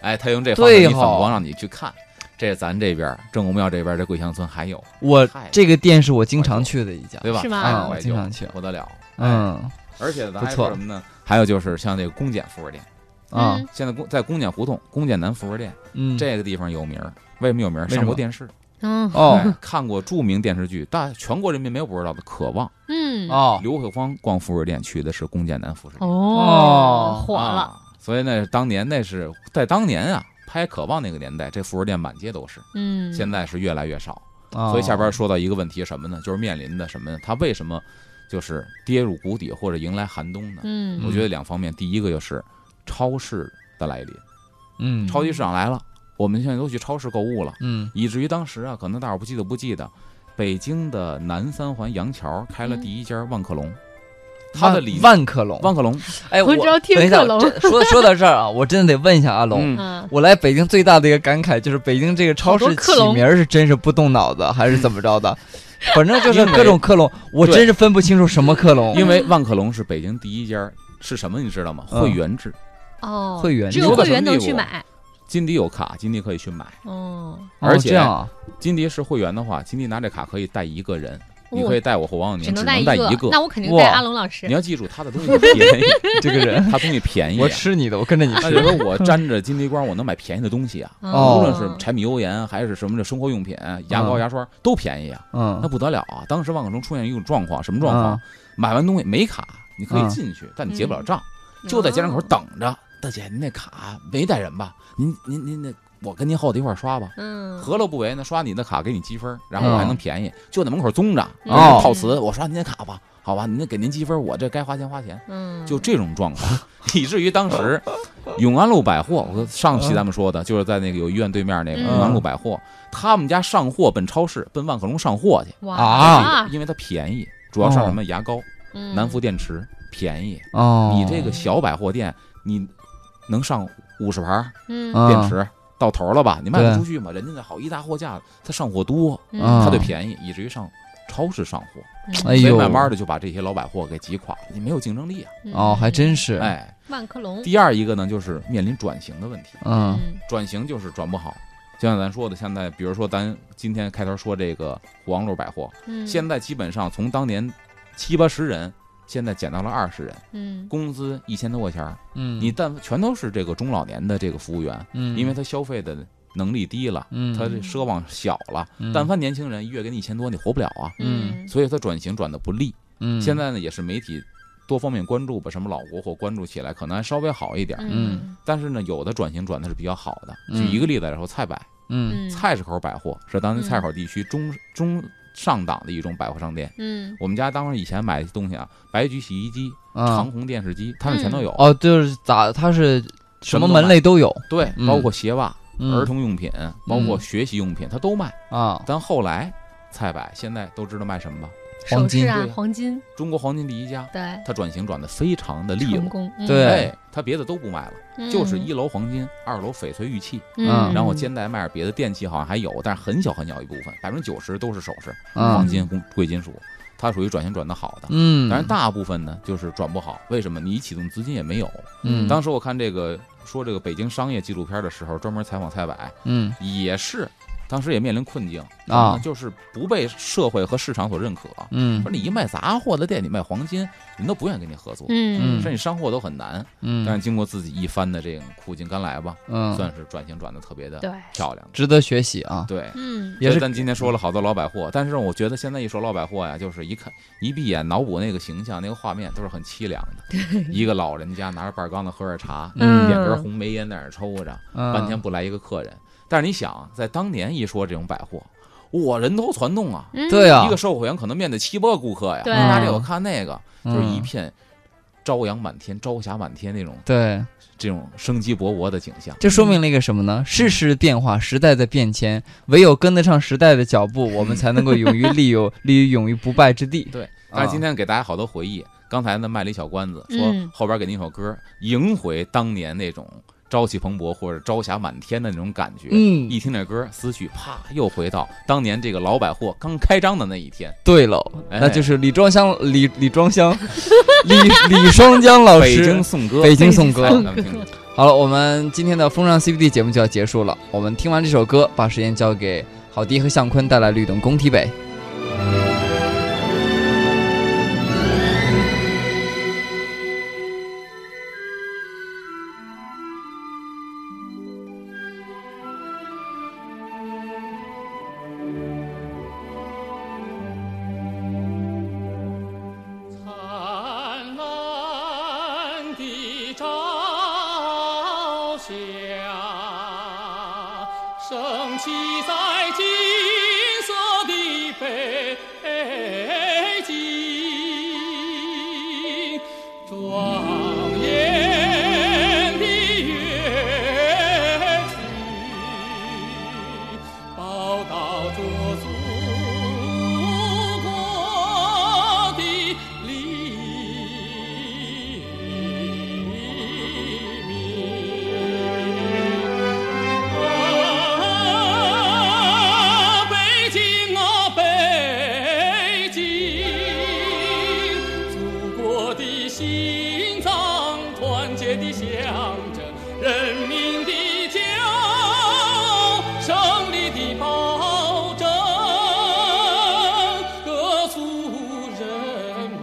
哎，他用这方法
对
一
吼
反光让你去看。这是咱这边正宫庙这边这桂香村还有，
我
太
这个店是我经常去的一家，
对吧？哎
是吗
太
啊
怀
哦我
旧
经常去
不得了。哎
嗯
而且咱
不
还
错
说什么呢？还有就是像这个公检服饰店，
啊
嗯
现在公在公检胡同、公检南服饰店
嗯，
这个地方有名儿，为什么有名儿？
为什
上过
么
电视，
嗯
哦
哎看过著名电视剧，大全国人民没有不知道的《渴望》。
嗯
哦
刘慧芳逛服饰店去的是公检南服饰店，
哦
哦火了，
啊所以呢，当年那是在当年啊，拍《渴望》那个年代，这服饰店满街都是，
嗯，
现在是越来越少。
哦，
所以下边说到一个问题是什么呢？就是面临的什么呢？它为什么就是跌入谷底或者迎来寒冬呢？
嗯
我觉得两方面，第一个就是超市的来临，
嗯
超级市场来了，我们现在都去超市购物了，
嗯
以至于当时啊，可能大伙儿不记得不记得，北京的南三环杨桥开了
嗯
第一家万客隆，它的
万
理念
万客隆，
万客隆，
哎，
我
我
只要听
等一下
克隆
这说说到这儿啊，我真的得问一下阿龙，
嗯，
嗯
我来北京最大的一个感慨就是，北京这个超市
好多
起
克隆
名儿是真是不动脑子，还是怎么着 的？反正就是
因为
各种克隆，我
对
真是分不清楚什么克隆。哦
因为万客隆是北京第一家，是什么你知道吗？
嗯
会员制，
哦，
会员
只有
牛到
会
什么
员能
地步啊
去买，
金迪有卡，金迪可以去买，
哦
哦，
而且
这样啊，
金迪是会员的话，金迪拿这卡可以带一个人，你
哦
可以带我或王永
只
宁，只
能带
能
一
带
个
一，个
那。我肯定带
哇
阿龙老师
你。要记住，他的东西便 宜，
这个 人，
他东西便宜啊，
我吃你的，我跟着你
那就
吃。
说我沾着金滴光，我能买便宜的东西啊，
嗯
哦
无论是柴米油盐还是什么的生活用品、牙膏、
嗯
牙刷都便宜啊，那
嗯
不得了啊！当时万客隆出现一种状况，什么状况？买完东西没卡，你可以进去，但你结不了账，
嗯
就在街上口等
哦
着。大姐，您那卡没带人吧？您您您那，我跟您耗一块儿刷吧。
嗯，
何乐不为呢？刷你的卡给你积分，然后我还
嗯
能便宜，就在门口宗着，
嗯
然后套词，我刷您的卡吧，好吧，您那给您积分，我这该花钱花钱。
嗯，
就这种状况， 以至于 当时永安路百货，我上期咱们说的，就是在那个有医院对面那个
嗯
永安路百货，他们家上货奔超市，奔万客隆上货去，
哇
啊，
因为它便宜，主要上什么牙膏、
嗯
南孚电池便宜。
哦，
你这个小百货店，你能上五十盘
嗯
啊
电池到头了吧？你卖
对
不出去嘛？人家那好一大货架，它上货多，
嗯
啊
它就便宜，以至于上超市上货，
哎
所以
呦
慢慢的就把这些老百货给挤垮了，你没有竞争力啊！
哦，还真是，
哎。
嗯万科龙，
第二一个呢，就是面临转型的问题。
嗯
转型就是转不好，就像咱说的，现在比如说咱今天开头说这个虎王路百货，
嗯，
现在基本上从当年七八十人，现在减到了二十人，
嗯
工资一千多块钱儿。
嗯，
你但全都是这个中老年的这个服务员，
嗯，
因为他消费的能力低了，
嗯
他这奢望小了。
嗯
但凡年轻人一月给你一千多，你活不了啊。
嗯
所以他转型转的不利。
嗯
现在呢，也是媒体多方面关注吧，什么老国货关注起来，可能还稍微好一点儿。
嗯
但是呢，有的转型转的是比较好的。举
嗯
一个例子来说，菜百、
嗯
嗯
菜市口百货是当地菜市口地区中、中上档的一种百货商店。
嗯
我们家当时以前买的东西啊，白菊洗衣机、
啊
长虹电视机，他们全都有。
哦，就是咋，它是什么
什么都
门类都有，
对，
嗯
包括鞋袜、
嗯
儿童用品，包括学习用品，它都卖。
啊，
但后来，菜百现在都知道卖什么吧？
黄
首饰
金
啊
对呀，
黄金，
中国黄金第一家，
对，
它转型转的非常的利
成
落。
功，嗯
对
哎，它别的都不卖了，就是
嗯
一楼黄金，二楼翡翠玉器，
嗯
然后兼带卖点别的电器，好像还有，但是很小很小一部分，百分之九十都是首饰、
嗯
黄金、贵贵金属。它属于转型转的好的。
嗯，
但是大部分呢，就是转不好。为什么？你启动资金也没有。
嗯
当时我看这个说这个北京商业纪录片的时候，专门采访蔡百，
嗯
也是当时也面临困境
啊
就是不被社会和市场所认可。
嗯
说你一卖杂货的店，你卖黄金，人都不愿意跟你合作，
嗯
嗯
甚至商货都很难。
嗯，
但是经过自己一番的这种苦尽甘来吧，
嗯，
算是转型转的特别的
对，
漂亮的。
值得学习啊，
对，
嗯
也
所以
是
咱今天说了好多老百货，但是我觉得现在一说老百货呀，就是一看一闭眼脑补那个形象、那个画面都是很凄凉的。一个老人家拿着半缸子喝着茶，
嗯
点根红梅烟在那儿抽着，
嗯
半天不来一个客人。但是你想，啊在当年一说这种百货，哇，人头攒动啊！
嗯
对啊
一个，售货员可能面对七八个顾客呀，
对
拿这个看那个，
嗯
就是一片朝阳满天、朝霞满天那种
对，
这种生机勃勃的景象。
这说明了一个什么
嗯
呢？世事变化，时代在变迁，唯有跟得上时代的脚步，我们才能够勇于利 有，立于勇于不败之地。
对，但是今天给大家好多回忆。刚才呢卖了一小关子，说
嗯
后边给您一首歌，迎回当年那种朝气蓬勃或者朝霞满天的那种感觉。
嗯
一听这歌，思绪啪又回到当年这个老百货刚开张的那一天。
对喽，
哎
那就是李庄香，李李庄 香，李李双江老
北京
师，
颂歌，
北京
嗯
颂歌
哎。咱们听听。
好了，我们今天的风尚 CBD 节目就要结束了。我们听完这首歌，把时间交给郝迪和向坤，带来《律动工体北》。
灿烂的朝霞升起在金色的北京，庄严的乐曲报道着祖国的黎明。啊，北京啊，北京，祖国的心脏，团结的象征，人民的骄傲，胜利的保证，歌颂人民，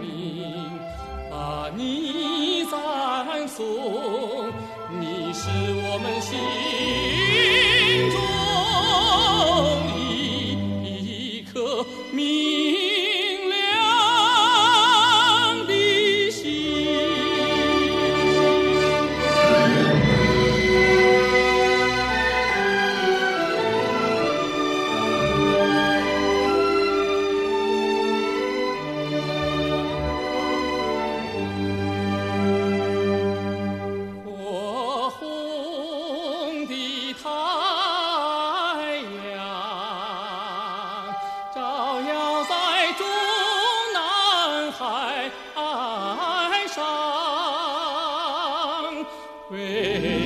把你赞颂。你是我们心中一颗明亮的心。火红的太阳照耀在中南海岸上，为啊啊